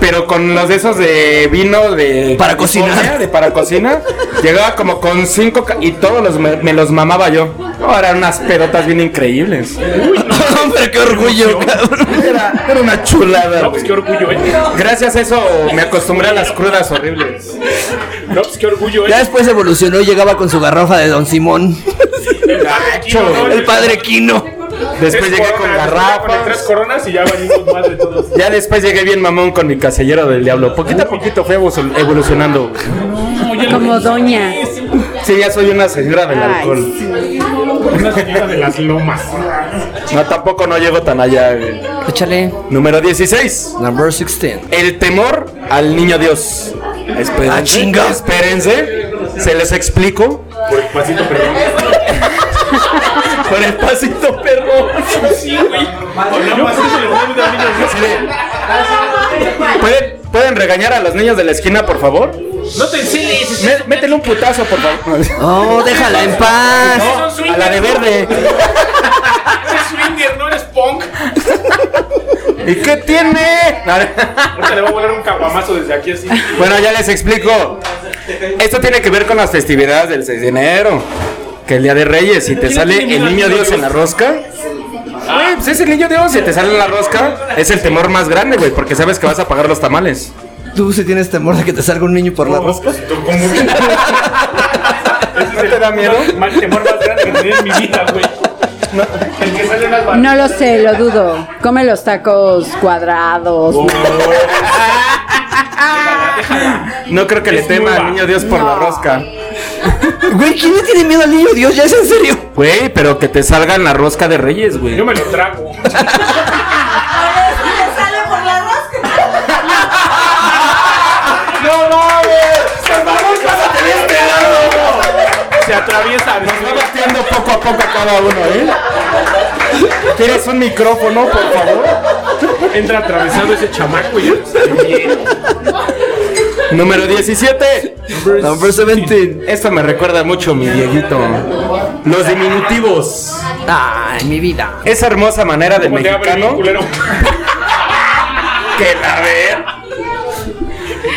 F: pero con los de esos de vino de
B: Para
F: California,
B: cocinar.
F: de para cocina. Llegaba como con cinco ca- y todos los me, me los mamaba yo. Ahora unas pedotas bien increíbles.
B: Hombre, qué orgullo, cabrón.
F: Era, era una chulada.
E: No, pues qué orgullo, eh.
F: Gracias a eso me acostumbré a las crudas horribles.
E: No, pues qué orgullo,
B: Ya
E: eh.
B: después evolucionó y llegaba con su garrafa de Don Simón.
E: El padre Quino, ¿no?
B: El padre Quino.
F: Después
E: Tres
F: llegué con
E: coronas, con el tres
F: garrafas.
E: coronas y ya valimos madre todos.
F: Ya después llegué bien mamón con mi casillero del diablo. Poquito a poquito fue evolucionando.
D: Como doña.
F: Sí, ya soy una señora del
D: Ay,
F: alcohol.
E: Una señora de las lomas.
F: No, tampoco no llego tan allá. güey.
B: Échale.
F: Número 16.
B: Number 16.
F: El temor al niño Dios. Espérense.
B: Ah, chinga.
F: Espérense. Se les explico.
E: Por el pasito, perdón.
F: Por el pasito perro.
E: Sí, güey. Yo por eso le voy a dar niños Dios.
F: ¿Pueden, pueden regañar a los niños de la esquina, por favor?
E: No te enceles.
F: Mé- métele un putazo, por favor.
B: Oh, déjala en paz.
F: No, a la de verde.
E: Eres swinger, no eres punk.
F: ¿Y qué tiene?
E: Ahorita le voy a volar un caguamazo desde aquí así.
F: Bueno, ya les explico. Esto tiene que ver con las festividades del 6 de enero. Que el día de Reyes, si te sale el niño Dios en la rosca. Güey, pues es el niño Dios, si te sale en la rosca, es el temor más grande, güey, porque sabes que vas a pagar los tamales.
B: ¿Tú si tienes temor de que te salga un niño por la rosca?
E: ¿Cómo que?
F: ¿No te da miedo?
E: Mal temor más grande que tenía en mi vida, güey. El que sale hacen las
D: No
E: barritas.
D: lo sé, lo dudo. Come los tacos cuadrados.
E: Oh.
F: No creo que le
E: Es
F: tema
E: nueva.
F: al niño Dios por la rosca.
B: Güey, ¿quién le tiene miedo al niño Dios? Ya es en serio.
F: Güey, pero que te salga en la rosca de Reyes, güey.
E: Yo me lo trago.
G: Ahora sí le sale por la rosca.
F: ¡No mames! ¡Se de este lado!
E: Se atraviesa.
F: Nos va bateando poco a poco a cada uno, ¿eh? ¿Quieres un micrófono, por favor?
E: Entra atravesado ese chamaco y ya se viene.
F: Número 17.
B: Number 17.
F: Esto me recuerda mucho a mi Dieguito. Los diminutivos.
B: Ay, mi vida.
F: Esa hermosa manera del
E: Como te abre el
F: mexicano.
E: culero.
F: Que la ver.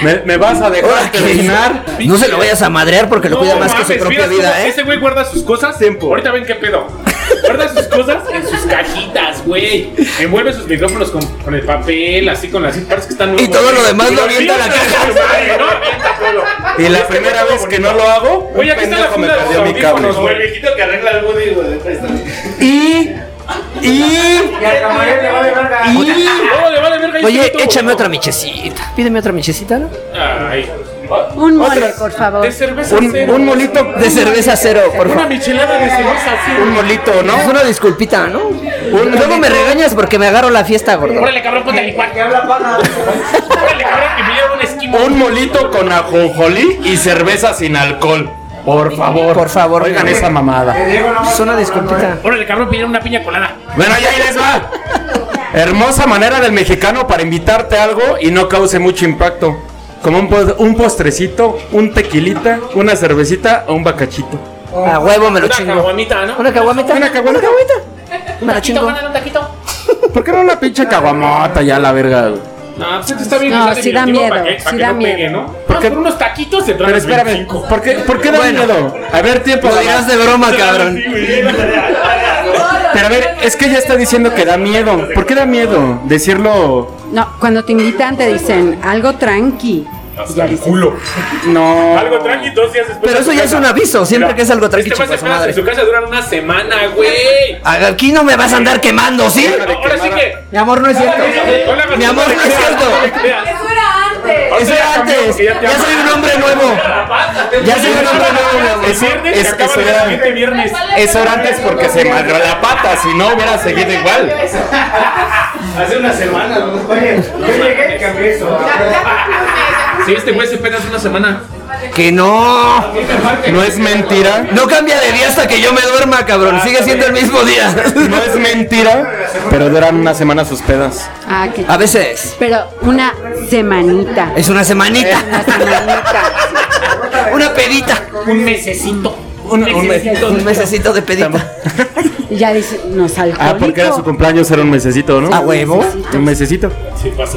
F: Me, me vas a
B: Ahora,
F: dejar
B: ¿qué?
F: terminar.
B: No se lo vayas a madrear porque lo cuida más que su
E: mames,
B: propia
E: mira,
B: vida, ¿eh?
E: Ese güey guarda sus cosas.
F: Tiempo.
E: Ahorita ven qué pedo. Guarda sus cosas en sus cajitas, güey. Envuelve sus micrófonos con, con el papel, así con las. Parece que están
B: Y todo lo demás lo avienta
E: avienta
B: a la caja.
E: No avienta todo.
F: Y la primera vez que no lo hago,
E: Oye, aquí está la
F: pendejo me
E: funda de los
F: perdió mi
E: audífonos,
F: cable.
E: güey. El viejito que arregla el Woody, güey.
B: Y. Y. Y.
E: No, le vale verga. ahí
B: Oye,
E: está todo.
B: échame otra michecita. Pídeme otra michecita, ¿no?
E: Ay.
D: Un mole, por favor.
E: De cerveza
F: Un,
E: cero.
F: un molito.
B: De cerveza cero, por
E: Una
B: favor.
E: michelada de cerveza cero.
F: Un molito, ¿no?
B: Es una disculpita, ¿no? Luego me regañas porque me agarro la fiesta, gordo.
E: Órale, cabrón, ponte a licuar. Que habla paja. Órale, cabrón, que me dieron un esquimo.
F: Un molito con ajonjolí y cerveza sin alcohol. Por favor.
B: Por favor,
F: Oigan
B: mi amor.
F: esa mamada.
B: Es una disculpita.
E: Órale, cabrón, pidieron una piña colada.
F: Bueno, ya ahí les va. Hermosa manera del mexicano para invitarte a algo y no cause mucho impacto. Como un, pos- un postrecito, un tequilita, una cervecita o un bacachito.
B: A huevo me lo
E: Una
B: chingo.
E: caguamita, ¿no?
B: Una caguamita. Una caguamita. Me la chingo.
E: un taquito.
F: ¿Por qué no una pinche caguamota ya la verga? güey?
E: No, pues esto está
B: Ah,
E: bien.
D: No,
E: que sea
D: sí
E: divertido
D: da miedo,
E: para que- para
D: sí
E: que
D: da
E: no pegue,
D: miedo.
E: ¿no? Vamos por unos taquitos de
F: Pero espérame, ¿por qué, por qué da
B: Bueno.
F: miedo? A ver, tiempo.
B: Lo dirás de broma, Ah, cabrón.
F: Pero a ver, es que ella está diciendo que da miedo. ¿Por qué da miedo decirlo?
D: No, cuando te invitan te dicen algo tranqui.
E: Hasta el culo.
F: No.
E: Algo tranqui dos días después.
B: Ah. Pero
E: en
B: eso
E: tu
B: ya
E: casa.
B: es un aviso, siempre que es algo tranqui,
E: Este
B: chinga
E: pasa
B: su
E: apenas
B: madre.
E: En su casa duran una semana, güey.
B: Aquí no me vas a andar quemando, ¿sí?
E: Ahora sí que.
B: Mi amor, no es cierto.
E: Hola,
B: Mi amor, no es cierto.
E: Ahora
G: Eso era antes.
B: Eso
E: ya
B: era antes.
E: cambió, porque te
B: Ya
E: amas.
B: soy un hombre nuevo. Ya soy un hombre nuevo, mi amor.
E: El viernes
F: Es-
E: se acaba
F: eso
E: de
F: era-
E: decir de viernes.
F: Eso era antes porque se madrió la pata, si no hubiera seguido igual.
E: Hace una semana, ¿no? Sí, este güey se apenas una semana.
B: Que no.
F: No es mentira.
B: No cambia de día hasta que yo me duerma, cabrón.
F: Ah,
B: Sigue siendo el mismo día.
F: No es mentira. Pero duran una semana sus pedas.
D: Ah, qué
B: A veces.
D: Pero una semanita.
B: Es una
D: Una
B: semanita.
D: semanita.
B: Una pedita.
E: Un mesecito.
F: Un, un mes.
B: Un mesecito de pedita.
D: Y ya dice, nos alcohólico.
F: Ah, porque era su cumpleaños, era un mesecito, ¿no?
B: A huevo.
F: Un mesecito.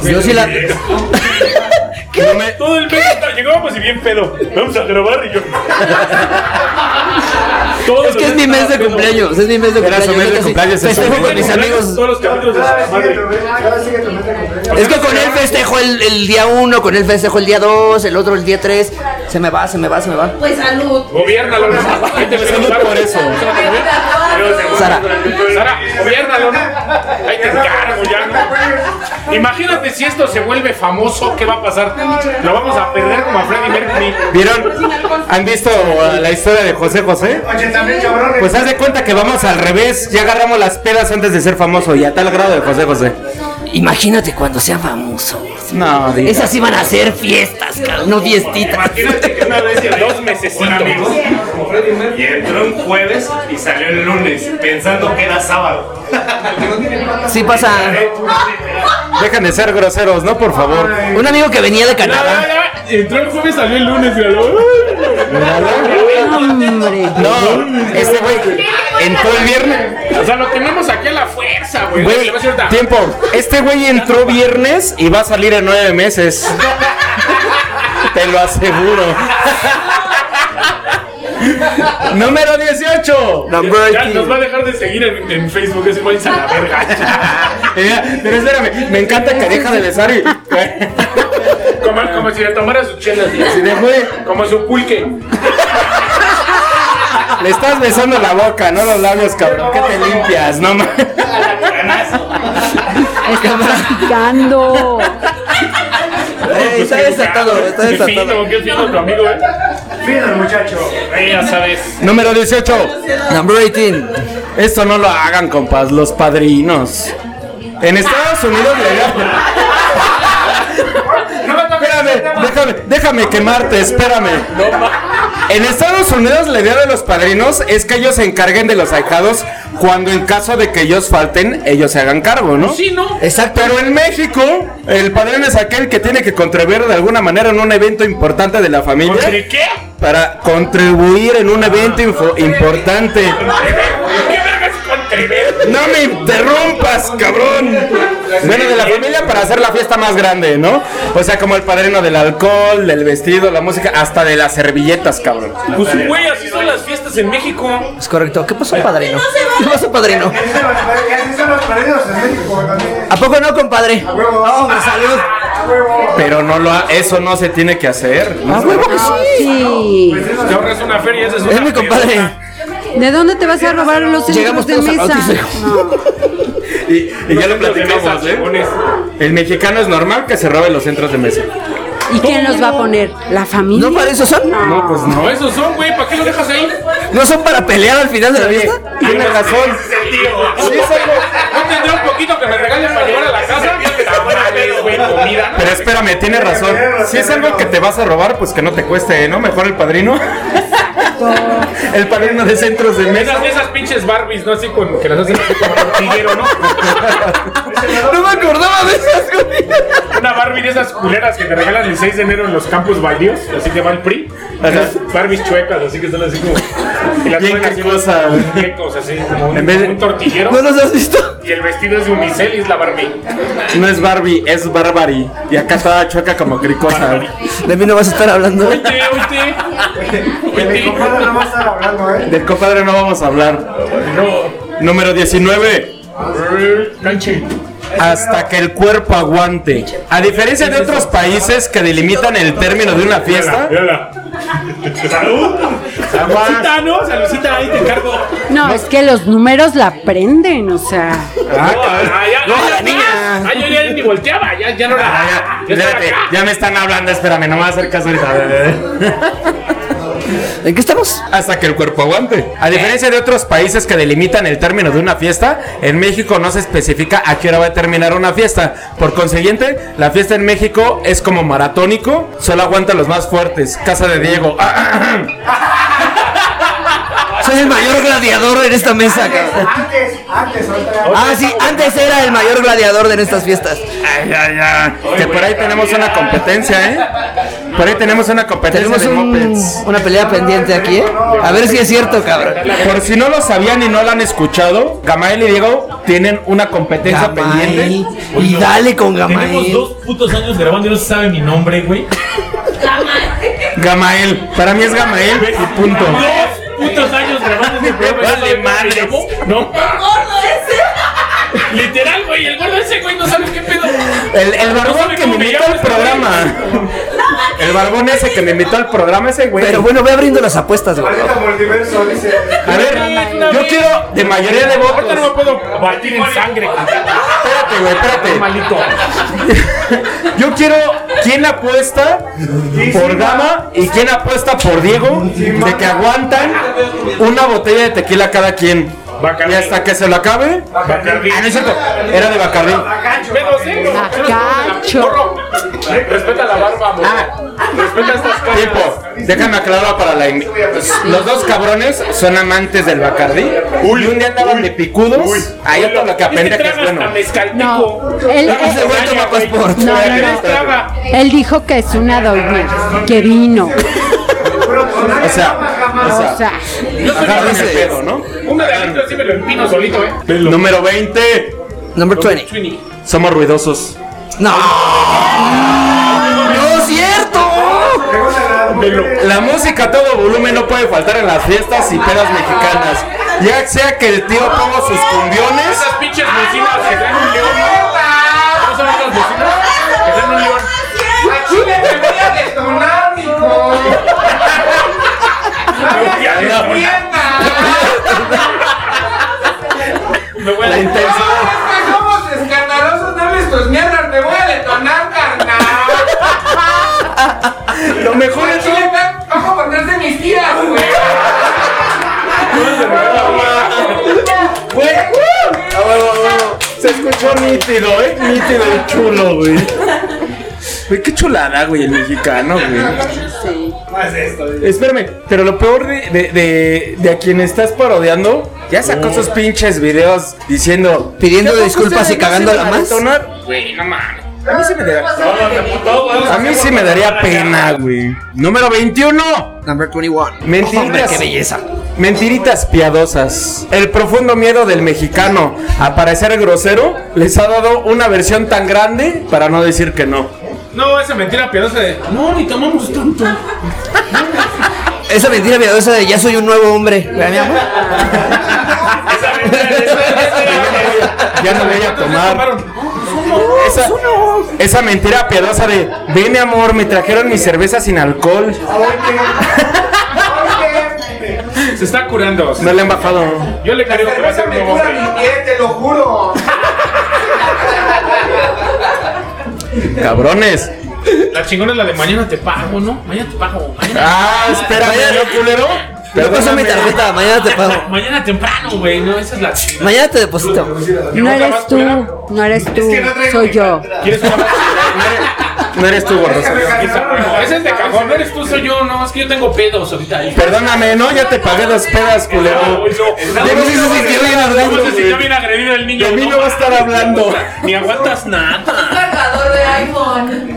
B: Yo sí la.
F: No me-
E: Todo el mes está- llegábamos y bien pedo. Vamos a grabar y yo. Todo
B: Es que es mi mes de cumpleaños. Es mi mes de
F: Era
B: cumpleaños.
F: su mes de
B: yo casi
F: cumpleaños, es su
B: Festejo
F: mes
B: con
F: de
B: mis amigos.
E: Todos los capítulos de su madre.
B: Es que con él festejo el, el día 1, con él festejo el día 2, el otro el día 3. Se me va, se me va, se me va.
G: Pues salud.
E: Gobiernalo, ¿no? Ahí te
F: Salud por eso.
B: Sara.
E: Sara, gobiernalo, ¿no? Ahí te encargo ya, ¿no? Imagínate si esto se vuelve famoso, ¿qué va a pasar? Lo vamos a perder como a Freddie Mercury.
F: ¿Vieron? ¿Han visto uh, la historia de José José? Pues haz de cuenta que vamos al revés. Ya agarramos las pedas antes de ser famoso y a tal grado de José José.
B: Imagínate cuando sea famoso.
F: No, diga.
B: Esas iban a ser fiestas, cabrón, no fiestitas.
E: Imagínate que una vez en dos meses amigos.
H: Y entró un jueves y salió el lunes, pensando que era sábado.
B: Sí pasa.
F: Dejen de ser groseros, ¿no? Por favor.
B: Un amigo que venía de Canadá.
E: Entró el jueves, salió el lunes, ¿no?
D: Hombre.
F: No, este güey entró el viernes.
E: O sea, lo tenemos aquí a la fuerza, güey.
F: Güey,
E: Le va a decir ahorita,
F: tiempo. Este güey entró viernes y va a salir en nueve meses. Te lo aseguro. Número 18.
E: Ya nos va a dejar de seguir en, en Facebook ese güey, se la verga.
F: Eh, Pero espérame, me encanta que deja de besar y.
E: Como, como si le tomara su chela así.
F: Si de güey,
E: Como su pulque.
F: le estás besando la boca, no los labios, cabrón. ¿Qué te limpias? No mames.
D: Está practicando.
B: Ey, está desatado, está
E: Qué fino,
B: desatado.
E: qué fino tu amigo, eh.
H: Fíjate, muchacho.
E: Eh, ya sabes.
F: Número 18.
B: Number 18.
F: Esto no lo hagan, compas, los padrinos. En Estados Unidos legal.
E: No me toques
F: Espérame, déjame, déjame quemarte, espérame. En Estados Unidos la idea de los padrinos es que ellos se encarguen de los ahijados cuando en caso de que ellos falten, ellos se hagan cargo, ¿no?
E: Sí, ¿no?
B: Exacto.
F: Pero en México, el padrino es aquel que tiene que contribuir de alguna manera en un evento importante de la familia
E: ¿Entre qué?
F: para contribuir en un evento info- importante.
E: ¿Qué vergas con Triver?
F: No me interrumpas, cabrón. Bueno, de la familia para hacer la fiesta más grande, ¿no? O sea, como el padrino del alcohol, del vestido, la música, hasta de las servilletas, cabrón.
E: Pues, güey, así son las fiestas en México.
B: Es correcto. ¿Qué pasó, padrino? ¿Qué pasó, padrino?
H: Así son los perdidos en México también. Ah,
B: ¿A poco no, compadre?
I: Ah,
B: No, hombre, salud.
F: Pero no lo ha- eso no se tiene que hacer. ¿no?
B: A huevo que Pues sí.
D: Ah, Sí.
E: Te ahorras una feria, esa es una
B: Ah, Es mi compadre.
E: fiesta.
D: ¿De dónde te vas a robar los
B: Llegamos
D: centros de
B: todos al
D: mesa?
B: bautizo.
F: Y, y ya lo
E: Los de mesa,
F: platicamos, ¿eh?
E: pones.
F: El mexicano es normal que se robe los centros de mesa.
D: ¿Y quién los va a poner? ¿La familia?
B: ¿No para eso son?
F: No, pues no.
E: No, esos son, güey, ¿para qué lo dejas ahí?
B: ¿No son para pelear al final de la
F: Oye,
B: fiesta?
F: Tiene razón.
H: Ese es el tío.
F: Sí, es algo-
E: ¿No tendrá un poquito que me regalen para llevar a la casa? Tamales, güey, comida.
F: Pero espérame, tiene razón. Si es algo que te vas a robar, pues que no te cueste, ¿no? Mejor el padrino. El padrino de centros de mesa.
E: Esas, esas pinches Barbies, ¿no? Así con, que las hacen así como tortillero, ¿no?
B: No me acordaba de esas, güey.
E: Una Barbie de esas culeras que te regalan el 6 de enero en los campus baldíos, así que va el PRI. Esas Barbies chuecas, así que están así como. Y las
F: Bien
E: ponen así
F: cascosa,
E: unos
F: güey.
E: Quecos, así como un,
F: En vez de-
E: un tortillero.
B: ¿No los has visto?
E: Y el vestido es de unicel y es la Barbie.
F: No es Barbie, es Barbary. Y acá está chueca como cricosa.
B: De mí no vas a estar hablando. ¿eh?
E: Oye, oye. Oye.
H: Compadre, no vas a estar hablando, eh.
F: Del compadre no vamos a hablar.
E: No.
F: Número 19.
E: Canche.
F: Hasta que el cuerpo aguante. A diferencia de otros países que delimitan el término de una fiesta.
E: Mírala.
H: Salud.
E: Salucita, ¿no? Salucita, ahí te encargo.
D: No, es que los números la prenden, o sea.
E: No, ah, ya,
B: No,
E: ah,
B: la
E: ya,
B: niña.
E: Ah, yo ya ni volteaba, ya, ya no la.
F: Ah,
E: ya
F: ya,
E: estaba
F: espérate,
E: acá.
F: ya me están hablando, espérame, no me voy a hacer caso ahorita.
B: ¿En qué estamos?
F: Hasta que el cuerpo aguante. A diferencia de otros países que delimitan el término de una fiesta, en México no se especifica a qué hora va a terminar una fiesta. Por consiguiente, la fiesta en México es como maratónico, solo aguanta los más fuertes. Casa de Diego. Ah,
B: Soy el mayor gladiador en esta mesa, cabrón.
H: Antes, antes, otra.
B: Ah, sí, antes era el mayor gladiador de estas fiestas.
F: ay, ay, ay. Que por ahí tenemos una competencia, ¿eh? Por ahí tenemos una competencia
B: Tenemos
F: de
B: un-
F: mopeds.
B: una pelea pendiente aquí, ¿eh? A ver si es cierto, cabrón.
F: Por si no lo sabían y no lo han escuchado, Gamael y Diego tienen una competencia
B: Gamay.
F: pendiente.
B: Y dale con
J: Tenemos
B: Gamay.
J: dos putos años grabando y no se sabe mi nombre, güey.
F: Gamael, para mí es Gamael y punto.
J: Dos putos años grabando este programa.
E: Vale, madres.
J: No,
G: gordo ese.
J: literal, güey. El gordo ese, güey, no sabe qué pedo.
F: El, el barbón
J: sabe
F: que me
J: cómo me
F: invitó
J: llamo
F: al
J: este
F: programa. El barbón ese que me invitó al programa, ese güey.
B: Pero bueno, ve abriendo las apuestas, güey.
H: Planeta multiverso, dice.
F: A ver, yo quiero de mayoría de votos.
E: Ahorita no me puedo batir en sangre.
F: Espérate, güey, espérate.
E: Malito.
F: Yo quiero quién apuesta por Gama y quién apuesta por Diego de que aguantan una botella de tequila cada quien.
E: Bacardi.
F: Y hasta que se lo acabe.
E: Bacardi.
F: Ah, no es cierto. Era de Bacardí.
E: Pero sí, no, no, no, no, no,
D: Cacho.
E: porro. Respeta la barba, amor.
B: Ah,
E: Respeta estas caras.
F: Ah. Tiempo, déjame aclarar para la invi- Los dos cabrones son amantes del Bacardí. y un día andaban de picudos. Hay otro lo que aprende
E: Este
F: que es
E: traga
F: bueno. Eh,
E: hasta mezcal,
D: No,
E: tico.
D: él-
E: Traga
D: él-
B: Ese güey toma
E: caña, güey.
B: Passport.
D: No, no, no.
E: Eres traga.
D: Él dijo que es una doña, que vino.
F: O sea,
D: O sea,
F: agarran el pedo, ¿no?
E: Una de adentro así me lo empino solito, eh.
F: Número 20.
B: Number 20.
F: Somos ruidosos.
B: No. No es cierto.
F: La música a todo volumen no puede faltar en las fiestas y pedas mexicanas. Ya sea que el tío ponga sus cumbiones.
E: Esas pinches bocinas que traen un león, ¿no? ¿No son esas bocinas? Que traen un león. Ya, ya, ya. Me voy a-
F: La intensidad. ¡uh! Se escuchó nítido, ¿eh? Nítido y chulo, güey. Güey, qué chulada, güey, el mexicano, güey.
H: Más esto. güey.
F: Espérame, pero lo peor de, de, de- de a quien estás parodiando, ya sacó sus pinches videos diciendo...
B: Pidiendo
F: "¿Ya poco
B: disculpas
F: ustedes
B: y
F: no se
B: cagándola
F: iban a
B: más?"
F: detonar?"
E: Güey, no mames.
F: A mí sí me daría,
H: Todos de puto, güey.
F: a mí sí me daría pena, güey. Número 21.
B: Number 21.
F: Mentiritas.
B: Oh, Hombre, qué belleza.
F: Mentiritas piadosas. El profundo miedo del mexicano a parecer grosero les ha dado una versión tan grande para no decir que no.
E: No, esa mentira piadosa de. No, ni tomamos tanto.
B: Esa mentira miedosa de ya soy un nuevo hombre. ¿Verdad, mi amor?
H: Esa mentira, esa- esa era-
F: Ya no voy a tomar. Esa, esa mentira piadosa de, ven mi amor, me trajeron mi cerveza sin alcohol.
E: Se está curando.
F: No le han bajado.
E: Yo le creo que va a ser un nuevo hombre.
J: te lo juro.
F: Cabrones.
E: La chingona es la de mañana te pago, ¿no? Mañana te pago. Mañana,
F: Ah, espérame,
B: Vaya-
F: ¿no, culero.
B: Yo paso mi
F: Perdóname.
B: tarjeta, mañana te pago.
E: mañana temprano, güey. No, esa es la chingona.
B: Mañana te deposito.
D: No
E: otra
D: eres
E: más,
D: tú,
E: culera?
D: no eres tú,
H: que no traigo
D: soy
H: mi
D: yo.
E: ¿Quieres una más?
F: No eres tú, gorroso.
E: Esa- Esa es de cajón. No eres tú, soy yo. No, es que yo tengo pedos ahorita.
F: Perdóname, no, ya te pagué dos pedas, culero.
E: Estamos-
F: De mí no se sintió bien hablando,
E: No se sintió
F: güey.
E: bien agredido el niño.
F: De mí no va a estar hablando.
E: Ni aguantas nada.
G: cargador de iPhone.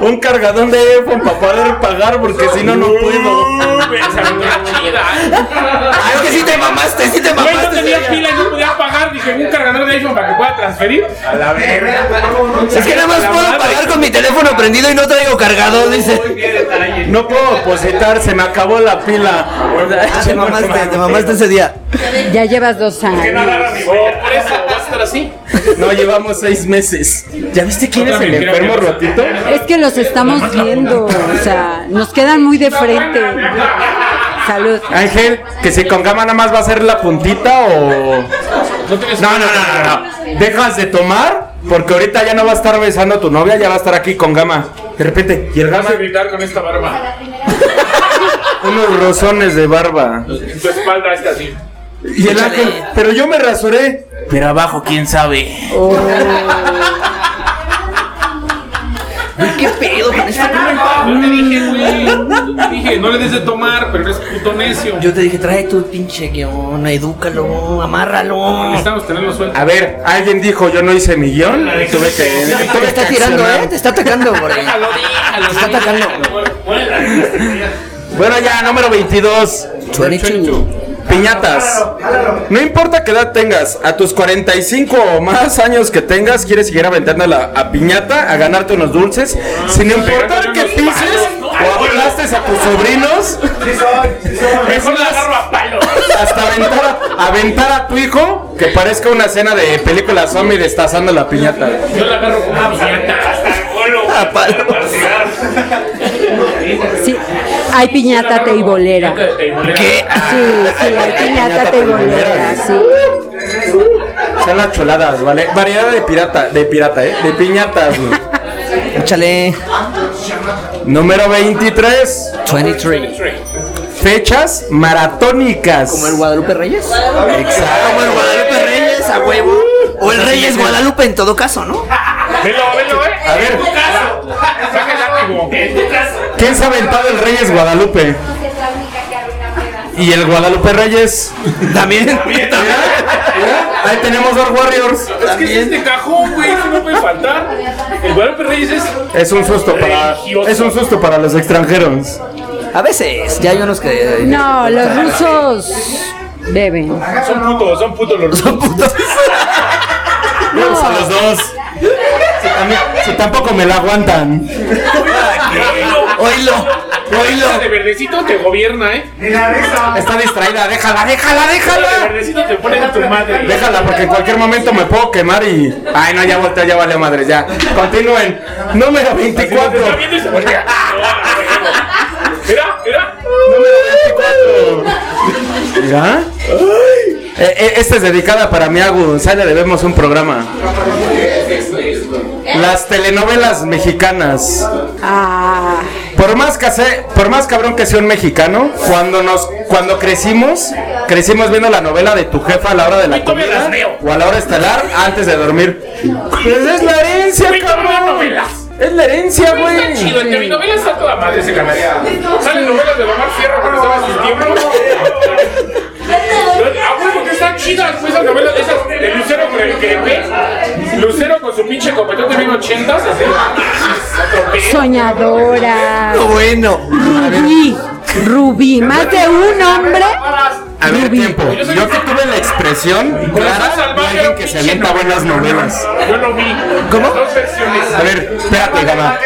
F: Un cargadón de iPhone para poder pagar porque si no, no puedo.
E: Güey, Esa mentira chida.
B: Ah, es que sí te mamaste, sí te
E: Güey, no
B: mamaste.
E: tenía
B: señora.
E: pila y no podía pagar. Dije, un cargador de iPhone para que pueda transferir.
H: A la verga.
B: Es que nada más puedo pagar con mi teléfono prendido y no traigo cargador, dice.
F: No puedo depositar, se me acabó la pila.
B: Ah, Te mamaste, te mamaste ese día.
D: Ya llevas dos años.
H: Agarra mi
E: Oh,
H: güey.
E: por eso, va a estar así.
F: No llevamos seis meses. ¿Ya viste quién es el enfermo rotito?
D: Es que los estamos viendo, o sea, nos quedan muy de frente. Salud.
F: Ángel, que si con gama nada más va a ser la puntita o.
E: No tienes
F: No, no, no, no, no. Dejas de tomar porque ahorita ya no va a estar besando a tu novia, ya va a estar aquí con gama. De repente, y el
E: Vas
F: gama,
E: a gritar con esta barba.
F: unos rozones de barba.
E: En tu espalda está así.
F: Y el ángel, pero yo me rasuré. Pero abajo, quién sabe.
B: ¿Qué pedo con esta
E: Yo te dije, güey. Yo te dije, no le des de tomar, pero eres puto necio.
B: Yo te dije, trae tu pinche guión, edúcalo, amárralo.
E: Necesitamos tenerlo suelto.
F: A ver, alguien dijo, yo no hice mi guión. Tuve que.
B: Te está tirando, ¿eh? Te está atacando, por ahí.
E: Déjalo, déjalo.
B: Está atacando.
F: Bueno, ya, número 22.
B: 22.
F: Piñatas. No importa qué edad tengas, a tus 45 o más años que tengas, quieres seguir aventando la, a piñata, a ganarte unos dulces, sin importar que pises o aplastes a tus sobrinos,
E: Mejor la agarro a palo.
F: hasta aventar a, aventar a tu hijo que parezca una escena de película zombie destazando la piñata.
E: Yo la agarro como piñata.
H: Hasta el culo, güey.
B: Ah, palo.
H: Para tirar.
D: Sí, hay piñata teibolera.
B: ¿Qué?
D: Sí, sí, hay piñata teibolera, sí.
F: Son las choladas, ¿vale? Variedad de pirata, de pirata, ¿eh? De piñatas, güey.
B: Échale.
F: Número 23.
B: 23.
F: Fechas maratónicas.
B: ¿Como el Guadalupe Reyes?
F: Exacto.
B: Como el Guadalupe Reyes, a huevo. O el Reyes Guadalupe en todo caso, ¿no?
E: Velo, velo, eh.
F: A ver,
E: Saca el látigo.
H: En tu casa.
F: ¿quién se ha aventado el Reyes Guadalupe? Y el Guadalupe Reyes.
B: También.
F: Ahí tenemos dos Warriors.
E: Es que es este cajón, güey. Eso no puede faltar. El Guadalupe Reyes es.
F: Es un susto para
E: Religioso.
F: es un susto para los extranjeros.
B: A veces, ya hay unos que.
D: No, los rusos beben.
E: Son putos, son putos los
B: Son putos.
F: Vamos a los dos. Si, también- si tampoco me la aguantan.
B: Oílo, oílo.
E: La de verdecito te gobierna, eh.
F: Está distraída, déjala,
E: La
F: déjala,
E: de
F: déjala.
E: verdecito te pone a tu madre.
F: Déjala porque en cualquier momento me puedo quemar y. Ay no, ya volteó, ya vale madre, ya. Continúen. Número ah, 24.
E: ¿Está viendo eso? Mira, mira.
F: ¿Ya? Eh, eh, esta es dedicada para mi Agus. Ya le debemos un programa. Las telenovelas mexicanas.
D: Ay,
F: Por más, que sea- por más cabrón que sea un mexicano, cuando nos cuando crecimos, crecimos viendo la novela de tu jefa a la hora de la
E: todavía
F: comida
E: las veo.
F: o a la hora estelar antes de dormir. Pues es la herencia,
E: Güey, todavía
F: cabrón.
E: novelas.
F: Es la herencia,
E: Güey, Está chido,
F: güey.
E: en telenovela está toda madre ese canal. Salen novelas de Omar Fierro cuando estaba en sus tiempos. A huevo que están chidas, pues esas novelas, esas de Lucero con el crepe. Lucero con su pinche copetote bien ochentas, así. Atropello.
D: Soñadora.
B: Bueno.
D: Rubí. Rubí. Más de un hombre.
F: A ver,
D: Rubí.
F: tiempo. Yo que tuve la expresión
E: Pero está
F: clara de
E: salvaje,
F: alguien que
E: pinche
F: se avienta buenas novelas.
E: Yo lo vi.
F: ¿Cómo?
E: Las Dos versiones.
F: A ver, espérate, gama.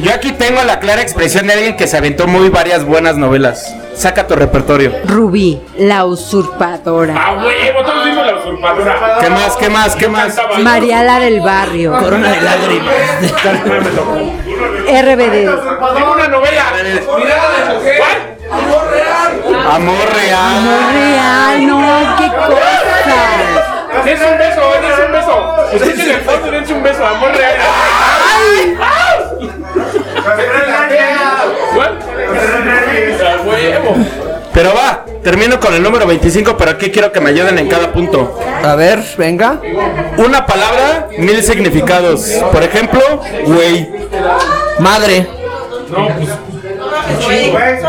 F: Yo aquí tengo la clara expresión de alguien que se aventó muy varias buenas novelas. Saca tu repertorio.
D: Rubí. La usurpadora.
E: A huevo, todos vimos la usurpadora.
F: ¿Qué más? ¿Qué más? ¿Qué más?
E: Cantaba.
D: Mariala del barrio.
B: Corona de lágrimas.
D: RBD.
E: Tengo una novela. Mirada de mujer.
F: Amor real.
D: No real. No. Qué cosa.
E: Dense un beso, dense un beso. Ustedes en el fondo, dense un beso, amor real. ¿Cuál? A huevo.
F: Pero va, termino con el número 25, pero aquí quiero que me ayuden en cada punto.
B: A ver, venga.
F: Una palabra, mil significados. Por ejemplo, güey.
B: Madre.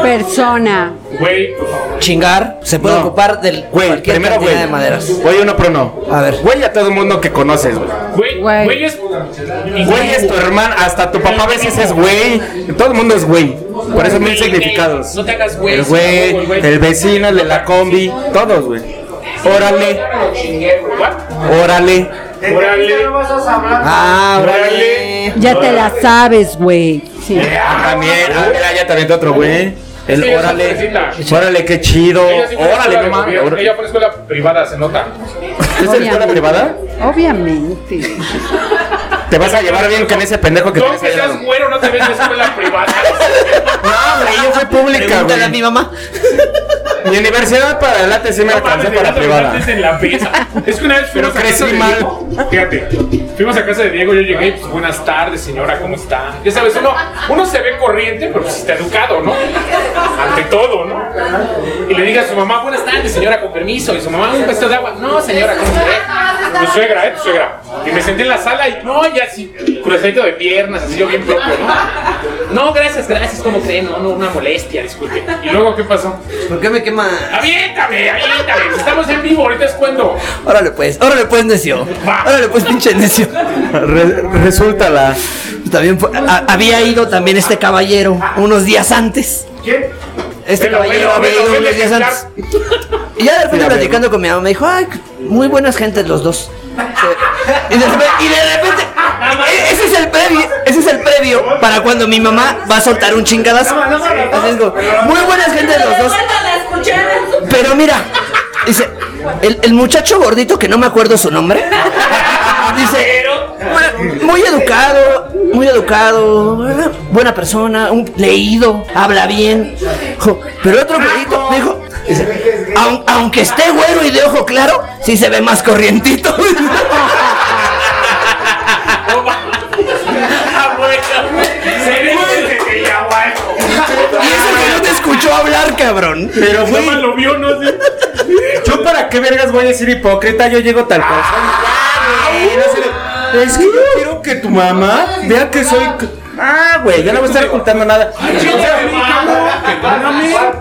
D: Persona.
E: Güey,
B: Chingar. Se puede
F: No.
B: ocupar del
F: Güey,
B: cualquier
F: primero
B: cantidad
F: güey.
B: de maderas.
F: Güey, uno prono.
B: A ver.
F: Güey a todo el mundo que conoces, güey.
E: güey,
D: Güey.
E: güey es.
F: Güey es tu hermana, hasta tu papá a veces es güey. Todo el mundo es güey. Por eso mil significados.
E: No te hagas güey.
F: El güey, el vecino, el de la combi, todos, güey. Órale, órale.
E: Órale.
B: Ah,
E: Órale.
B: órale.
D: Ya te la sabes, güey. Sí.
F: También, ah, mira, ya también otro güey. El
E: Sí,
F: órale.
E: pobrecita.
F: Órale, qué chido.
E: Ella sí fue a la
F: Oh, Órale,
E: escuela
F: no
E: de
F: mames.
E: gobierno,
F: Órale.
E: Ella fue a escuela privada, se nota.
F: ¿Es de escuela privada?
D: Obviamente.
F: Te vas a llevar bien con ese pendejo que
E: No, que
F: tienes ahí. al
E: seas
F: lado.
E: güero, no te ves de escuela privada.
F: No, hombre, yo fui pública,
B: Pregúntale a mi
F: güey.
B: mamá.
F: Mi universidad para adelante sí me
E: No mames,
F: alcancé para
E: deberías de
F: privada.
E: aventarte en la mesa. Es que una vez
F: Pero
E: fuimos a casa
F: crecí
E: de
F: mal.
E: Diego. Fíjate, fuimos a casa de Diego, yo llegué, pues buenas tardes, señora, ¿cómo está? Ya sabes, uno, uno se ve corriente, pero pues está educado, ¿no? Ante todo, ¿no? Y le dije a su mamá, buenas tardes, señora, con permiso. Y su mamá, un pedazo de agua. No, señora, ¿cómo está? Tu suegra, ¿eh? Tu suegra. Y me senté en la sala y, no, ya así, cruzadito de piernas, así yo bien propio, ¿no? No, gracias, gracias, ¿cómo creen? No, no, una molestia, disculpe. ¿Y luego qué pasó?
B: ¿Por qué me quema?
E: Aviéntame, aviéntame. Estamos en vivo, ahorita es cuando.
B: Órale pues, órale pues necio. Órale pues pinche necio.
F: Re- resulta la.
B: También fue- a- había ido también este caballero unos días antes.
E: ¿Quién?
B: Este
E: Velo,
B: caballero
E: velo,
B: había
E: velo,
B: ido
E: velo,
B: unos días
E: ejemplar.
B: antes. Y ya de repente
F: Ya, velo.
B: platicando con mi mamá me dijo, ay, muy buenas gentes los dos. Y de repente, y de repente- e- ese es el previo, ese es el previo para cuando mi mamá va a soltar un chingadazo. Así es como, muy buenas gentes los dos. Pero mira, dice, el, el muchacho gordito que no me acuerdo su nombre. Dice, "Bueno, muy educado, muy educado, buena persona, un leído, habla bien. Jo, Pero el otro gordito dijo, dice, "Aun- aunque esté güero y de ojo claro, sí se ve más corrientito.
E: Ah, bueno. Se ve que te llamo.
B: Y ese que no te escuchó hablar, cabrón.
F: Pero, güey,
E: Nada más lo vio, no sé.
F: ¿yo para qué vergas voy a decir hipócrita? Yo llego tal cosa.
E: Ah,
F: Es que yo quiero que tu mamá vea que soy. Ah, güey, yo no voy a estar ocultando nada.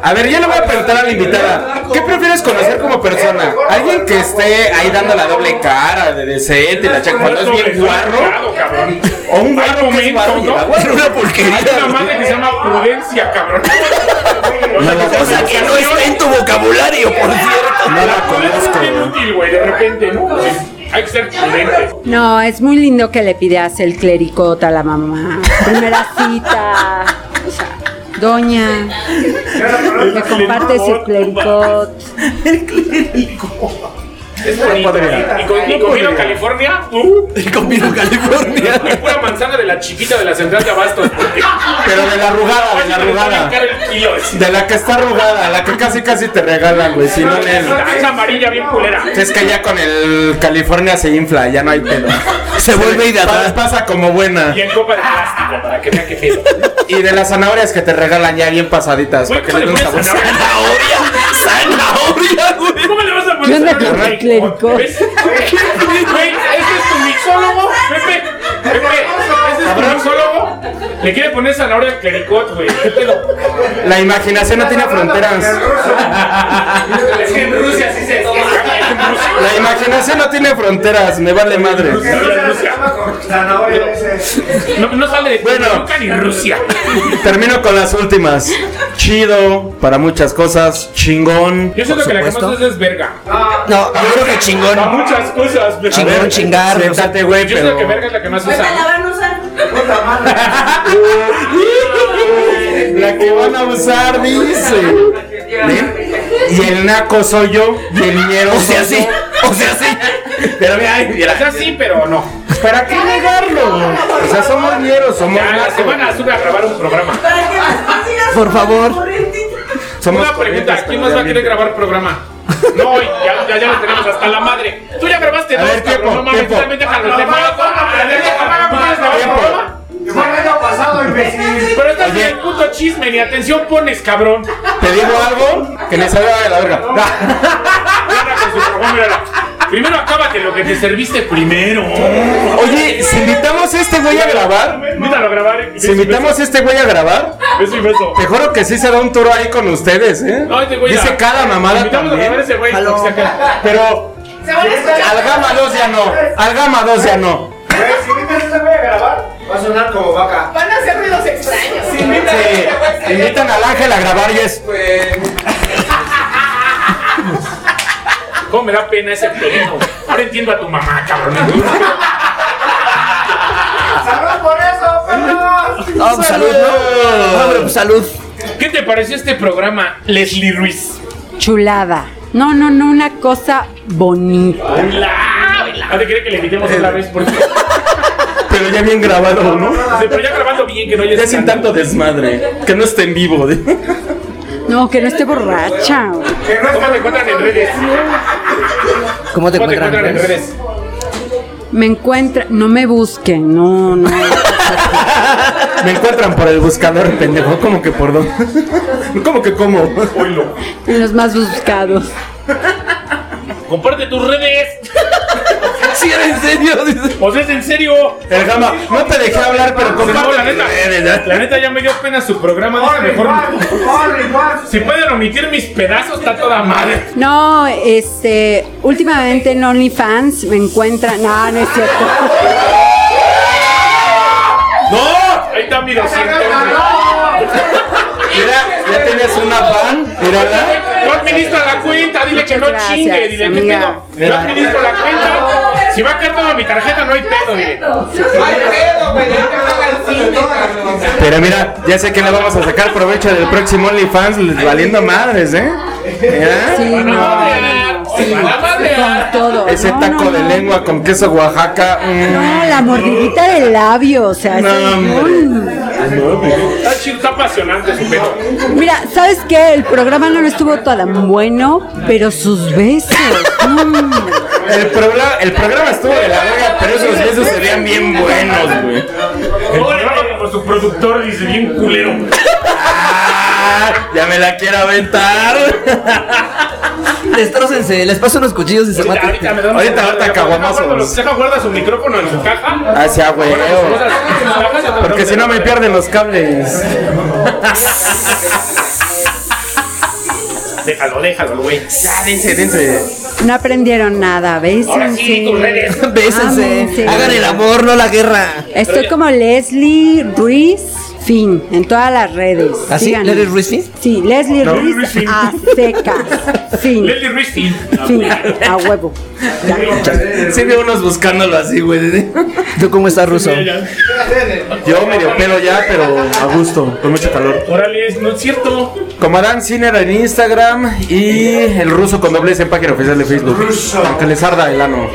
F: A ver, yo le voy a preguntar a la invitada, ¿qué prefieres conocer como persona? ¿Alguien que esté ahí dando la doble cara de decente, la chaca, cuando es bien guarro?
E: Cuidado, cabrón.
F: ¿O un
E: Hay
F: guarro que es guarro y
E: momentos,
F: la
E: ¿no?
F: guarra?
B: Una porquería.
E: Hay una madre que se llama Prudencia, cabrón. O sea,
F: la
E: que
B: Cosa que no está en tu vocabulario, por cierto.
F: No la
E: La prudencia es
F: conozco.
E: inútil, güey, de repente, ¿no? Hay que ser prudente.
D: No, es muy lindo que le pidas el clericota a la mamá. Primera cita. O sea, doña, me comparte su clericot.
E: Es bonito.
F: podría.
E: Y con, y
F: No
E: con vino
F: podría.
E: California, uh,
B: Y con vino California.
E: es pura manzana de la chiquita de la central de Abastos.
F: Pero de la arrugada, de la arrugada. De la que está arrugada, la que casi casi te regalan, güey. Si no le.
E: Es amarilla bien culera.
F: Es que ya con el California se infla, ya no hay pedo.
B: Se vuelve
F: Pa-
B: hidratada.
F: Pasa como buena.
E: Y en copa de plástico, para que vea qué pedo.
F: Y de las zanahorias que te regalan ya bien pasaditas.
E: Güey,
F: para que
E: ¿cómo
F: le dé
E: le
F: un
E: pones
F: sabor.
E: zanahoria?
B: Zanahoria, zanahoria, güey.
E: ¿Cómo le vas a
D: ¿Qué
E: poner
D: onda
E: zanahoria?
D: con el clérigo?
E: ¿Ves? Güey, ese es tu mixólogo, Pepe. Pepe, ese es tu mixólogo. Le quiere poner zanahoria al clericot, güey. ¿Qué pedo?
F: La imaginación no tiene fronteras.
E: Es que en Rusia sí se toma.
F: La imaginación no tiene fronteras, me vale madre.
E: No, no sale de
F: Bueno.
E: nunca ni Rusia.
F: Termino con las últimas. Chido, para muchas cosas, chingón.
E: Yo siento que la que más
B: supuesto.
E: usa es verga.
B: No, yo creo que chingón.
E: A muchas cosas, pero-
B: Chingón,
E: A ver,
B: chingar. o sea,
F: Siéntate, güey,
E: Yo siento que verga
F: pero
E: es la que más
G: Ahorita la
E: usa.
G: van Pues a usar.
F: la que van a usar dice. ¿Ven? Y el naco soy yo, y el niñero
B: o
F: soy
B: sea,
F: yo.
B: sí. O sea, sí.
F: Pero mira, ay,
E: O
F: mira.
E: sea, sí, pero no.
F: ¿Para qué negarlo? O sea, somos ñeros, somos
E: Ya, la
F: nacos.
E: semana azul a grabar un programa.
G: Para que las consigas
B: Por
G: con
B: favor.
G: corriente.
F: Somos
E: Una pregunta,
F: corrientes,
E: ¿quién más va a querer
F: pero
E: grabar programa? No, hoy, ya, ya, ya lo tenemos hasta la madre. Tú ya grabaste
F: A
E: dos,
F: ver, tiempo,
E: cabrón, no mames,
F: tiempo.
E: también déjalo. Te pago, cómprame, déjame, ¿tú quieres grabar
F: Tiempo.
E: programa?
I: pasado,
E: Pero estás en el puto chisme, ni atención pones, cabrón.
F: Te digo algo que le salga de la verga.
E: Mira con su programa, mírala. Primero acábate lo que te serviste primero.
F: Oye, si invitamos a este güey a grabar,
E: Míralo a grabar. eh.
F: si invitamos a este güey a grabar,
E: Es mi beso.
F: te juro que sí se da un toro ahí con ustedes, ¿eh?
E: No, este güey
F: Dice
E: la-
F: cada mamada
E: Invitamos a grabar a
F: también.
E: ese güey.
B: Aló.
E: porque se acaba.
F: Pero
G: Se van a escuchar.
F: al Gama 2 ya no, al Gama 2 ya no.
I: Si invitas a voy a grabar, va a sonar como vaca.
G: Van a hacer ruidos extraños.
F: Sí, invitan al Ángel a grabar y es.
E: ¿Cómo me da pena ese perino? Ahora entiendo a tu mamá, cabrón.
I: ¡Salud por eso, perros!
B: No, pues salud, ¿no? No, hombre, pues salud.
E: ¿Qué te pareció este programa, Leslie Ruiz?
D: Chulada. No, no, no, una cosa bonita.
E: ¡Hola! ¿No te quiere que le invitemos otra vez? Porque
F: Pero ya bien grabado, ¿no?
E: pero ya grabando bien que no
F: Ya
E: hayas
F: sin tanto desmadre, que no esté en vivo.
D: No, que no esté borracha. güey.
E: ¿Cómo te encuentran en redes?
B: ¿Cómo te
E: ¿Cómo
B: encuentran?
E: te encuentran en
B: Andrés?
E: redes?
D: Me encuentra, no me busquen, no, no.
F: Me encuentran por el buscador, pendejo. ¿Cómo que por dónde? ¿Cómo que cómo?
D: En los más buscados.
E: Comparte tus redes.
B: Sí, era en serio. dice.
E: O sea, es en serio.
F: El gama, no te dejé hablar, pero
E: No,
F: comparte Eh,
E: la neta.
F: tus redes,
E: La neta ya me dio pena su programa. dice, mejor.
I: igual!
E: Si pueden omitir mis pedazos, está toda madre.
D: No, este, últimamente en OnlyFans me encuentran, no, no es cierto.
E: ¡No! Ahí está mi 200.
F: Mira, ya tienes una van, mírala.
E: Yo administro la cuenta, dile que no
D: Muchas gracias,
E: chingue, dile que
D: amiga.
E: pedo. Yo
F: Mira.
E: administro la cuenta. Si va a caer toda mi tarjeta, no hay pedo, dile.
F: Pero mira, ya sé que le vamos a sacar provecho del próximo OnlyFans, les valiendo madres, ¿eh? Mira.
D: Sí, no,
E: Van a madrear,
D: no, sí,
E: van a madrear.
D: con todo.
F: Ese
D: No,
F: taco
D: no,
F: de
D: no.
F: lengua con queso Oaxaca. mm.
D: No, la mordidita del labio, o sea,
F: No,
D: ese-
F: hombre.
D: Mm.
E: Está chido, está apasionante su pedo.
D: mira, ¿sabes qué? El programa no lo estuvo tan bueno, pero sus besos. mm.
F: El, programa, el programa estuvo de la verga, pero esos besos se veían bien buenos, güey.
E: El programa como su productor dice bien culero.
F: Ah, ya me la quiero aventar.
B: Destrócense, les paso unos cuchillos y se matan.
E: Ahorita me da una-
F: Ahorita, ahorita, caguamazos.
E: Guarda los- Deja guarda su micrófono en su caja.
F: Hacia
E: Guarda sus
F: huevo.
E: cosas en sus cajas, ya te
F: Porque
E: lo-
F: si no me pierden los cables.
E: Déjalo, déjalo, güey.
F: Ya, dense, dense.
D: No aprendieron nada, ¿ves?
E: Ahora sí, tus redes.
B: Bésense.
D: Ámense.
B: Hagan el amor, no la guerra.
D: Estoy como Leslie Ruiz, Fin, en todas las redes.
B: ¿Ah, sí?
D: Síganme.
B: ¿Leslie Ruiz Fin?
D: Sí, Leslie
E: No.
D: Ruiz
E: Ruiz Fin.
D: a secas. Fin.
E: Leslie Ruiz, sí.
D: Fin, a huevo. Ya.
F: Sí veo unos buscándolo así, güey.
B: ¿Tú cómo estás, Ruso?
F: Yo medio pelo ya, pero a gusto, con mucho calor.
E: Órale, no es cierto.
F: Como Adán Ciner en Instagram y el ruso con doble S en página oficial de Facebook. Aunque les arda el ano.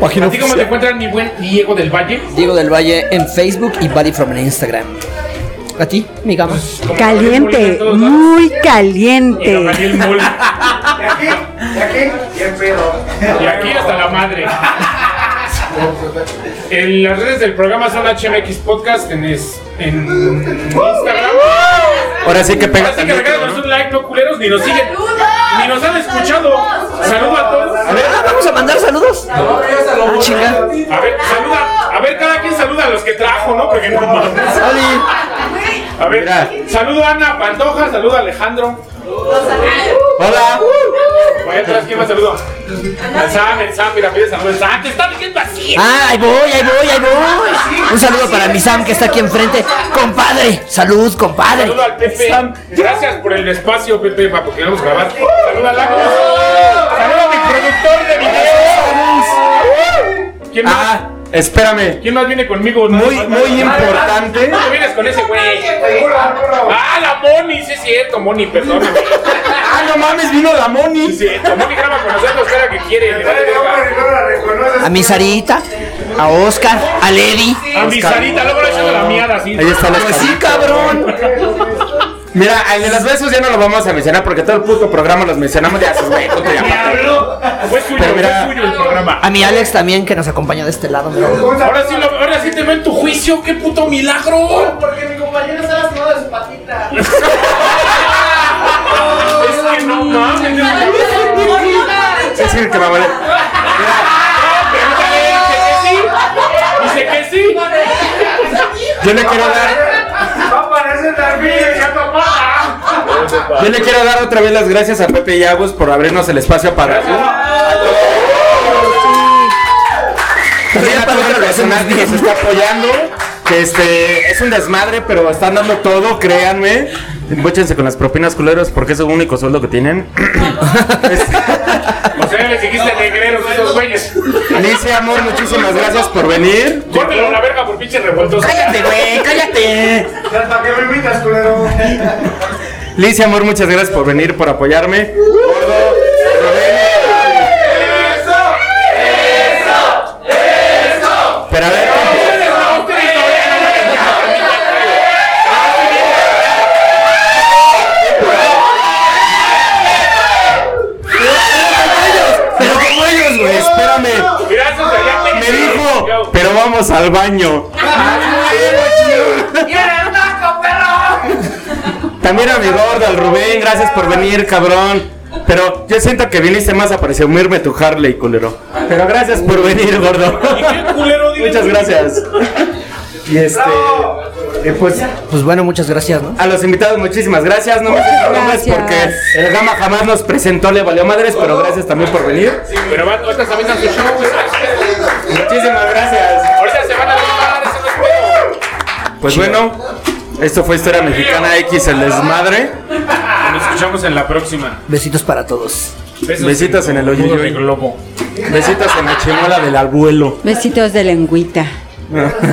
E: ¿A ti cómo te encuentran mi buen Diego del Valle?
B: Diego del Valle en Facebook y Buddy from en Instagram. ¿A ti, mi gama?
E: Como Gabriel Molina en
D: Caliente,
E: todos lados.
D: muy
E: Y
F: Eh.
E: a
D: caliente.
E: Daniel Mol.
I: ¿Y aquí? ¿Y aquí? Bien pedo.
E: Y aquí hasta la madre. En las redes del programa son HMX Podcast en, es- en Instagram.
F: Ahora sí que pega
E: Así que
F: también,
E: regálanos
F: ¿no?
E: un like, no culeros, ni nos siguen. Ni nos han escuchado. Saluda a todos.
B: A ver, Ah, vamos a mandar saludos. Ah, chinga.
E: A ver, saluda. A ver, cada quien saluda a los que trajo, ¿no? Porque no mames. A ver,
F: Mira.
E: saludo a Ana Pantoja, saludo a Alejandro.
F: Hola.
E: Vaya atrás, ¿quién más saludo? Al Sam, el Sam, mira, pide saludos. Sam, te está diciendo así.
B: Ah, ahí voy, ahí voy, ahí voy. Un saludo para mi Sam que está aquí enfrente. Compadre, salud, compadre.
E: Saludo al Pepe. Gracias por el espacio, Pepe, para porque queremos grabar. Saludo a Lacus.
F: Oh.
E: Saludo a mi productor de videos. ¿Quién más?
F: Ah, espérame.
E: ¿Quién más viene conmigo?
F: Muy, muy importante.
E: ¿Cómo vienes con ese güey? Ah, la Moni, sí es cierto, Moni, perdóname.
F: Ah, no mames, vino la
E: Sí es
F: Moni.
E: cierto, Moni graba con nosotros cada que quiere. le vale verga.
B: A mi Sarita, a Oscar, a Lady.
E: A mi Sarita, luego le echando la miada así.
F: Ahí está la
B: Pues sí,
F: carita.
B: cabrón.
F: Mira, el de las besos ya no lo vamos a mencionar porque todo el puto programa los mencionamos ya sus güey, puto,
E: Me
F: ya.
E: habló. Fue suyo,
F: Pero mira-
E: fue suyo el programa.
B: A mi Alex también que nos acompañó de este lado. mira.
E: Ahora sí, lo- ahora sí te veo en tu juicio, qué puto milagro.
I: Porque mi compañero está lastimado de su patita.
E: Es que no mames. es-
F: Es el que me vale.
E: Dice que sí. Dice que sí.
F: Yo le quiero dar
I: Va a parecer la virgen, papá.
F: Yo le quiero dar otra vez las gracias a Pepe y Agus por abrirnos el espacio para. También a todo el personal que nos está apoyando. Que este es un desmadre, pero están dando todo, créanme. Embóchense con las propinas culeros porque es el único sueldo que tienen.
E: O sea, le dijiste negreros a esos güeyes.
F: Alicia, amor, muchísimas gracias por venir.
E: Córtelo a la verga por pinche revueltos.
B: Cállate, güey, cállate.
I: Ya, ¿Para qué me invitas, culero?
F: Alicia, amor, muchas gracias por venir, por apoyarme. Gordo, Rubén. Pero a ver,
B: Pero como ellos,
F: güey, espérame.
E: Mira, eso sería
F: Me
E: pendejo.
F: dijo, pero vamos al baño.
I: ¡Y eres naco, perro!
F: También a mi gordo, al Rubén, gracias por venir, cabrón. Pero yo siento que viniste más a presumirme tu Harley, culero. Pero gracias por venir, gordo.
E: Qué culero, dile.
F: Muchas gracias. Y este. eh, pues
B: Pues bueno, muchas gracias, ¿no?
F: a los invitados, muchísimas gracias. No me sé sus nombres
D: Gracias.
F: porque el Gama jamás nos presentó, le valió madres, pero gracias también por venir.
E: Pero van, ahorita se avientan su show, güey.
F: Muchísimas gracias.
E: Ahorita se van a aventar, ese no es pedo.
F: Pues bueno, esto fue Historia Mexicana X, el desmadre.
E: Nos escuchamos en la próxima.
B: Besitos para todos.
E: Besos
F: Besitos en el
E: todo
F: hoyo.
E: de globo.
F: Besitos en la chimuela del abuelo.
D: Besitos de lengüita.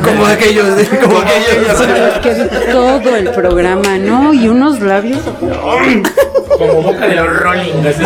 B: Como aquellos, como
D: Es
B: aquellos.
D: que vi todo el programa, ¿no? Y unos labios.
E: Como boca de los rolling. así.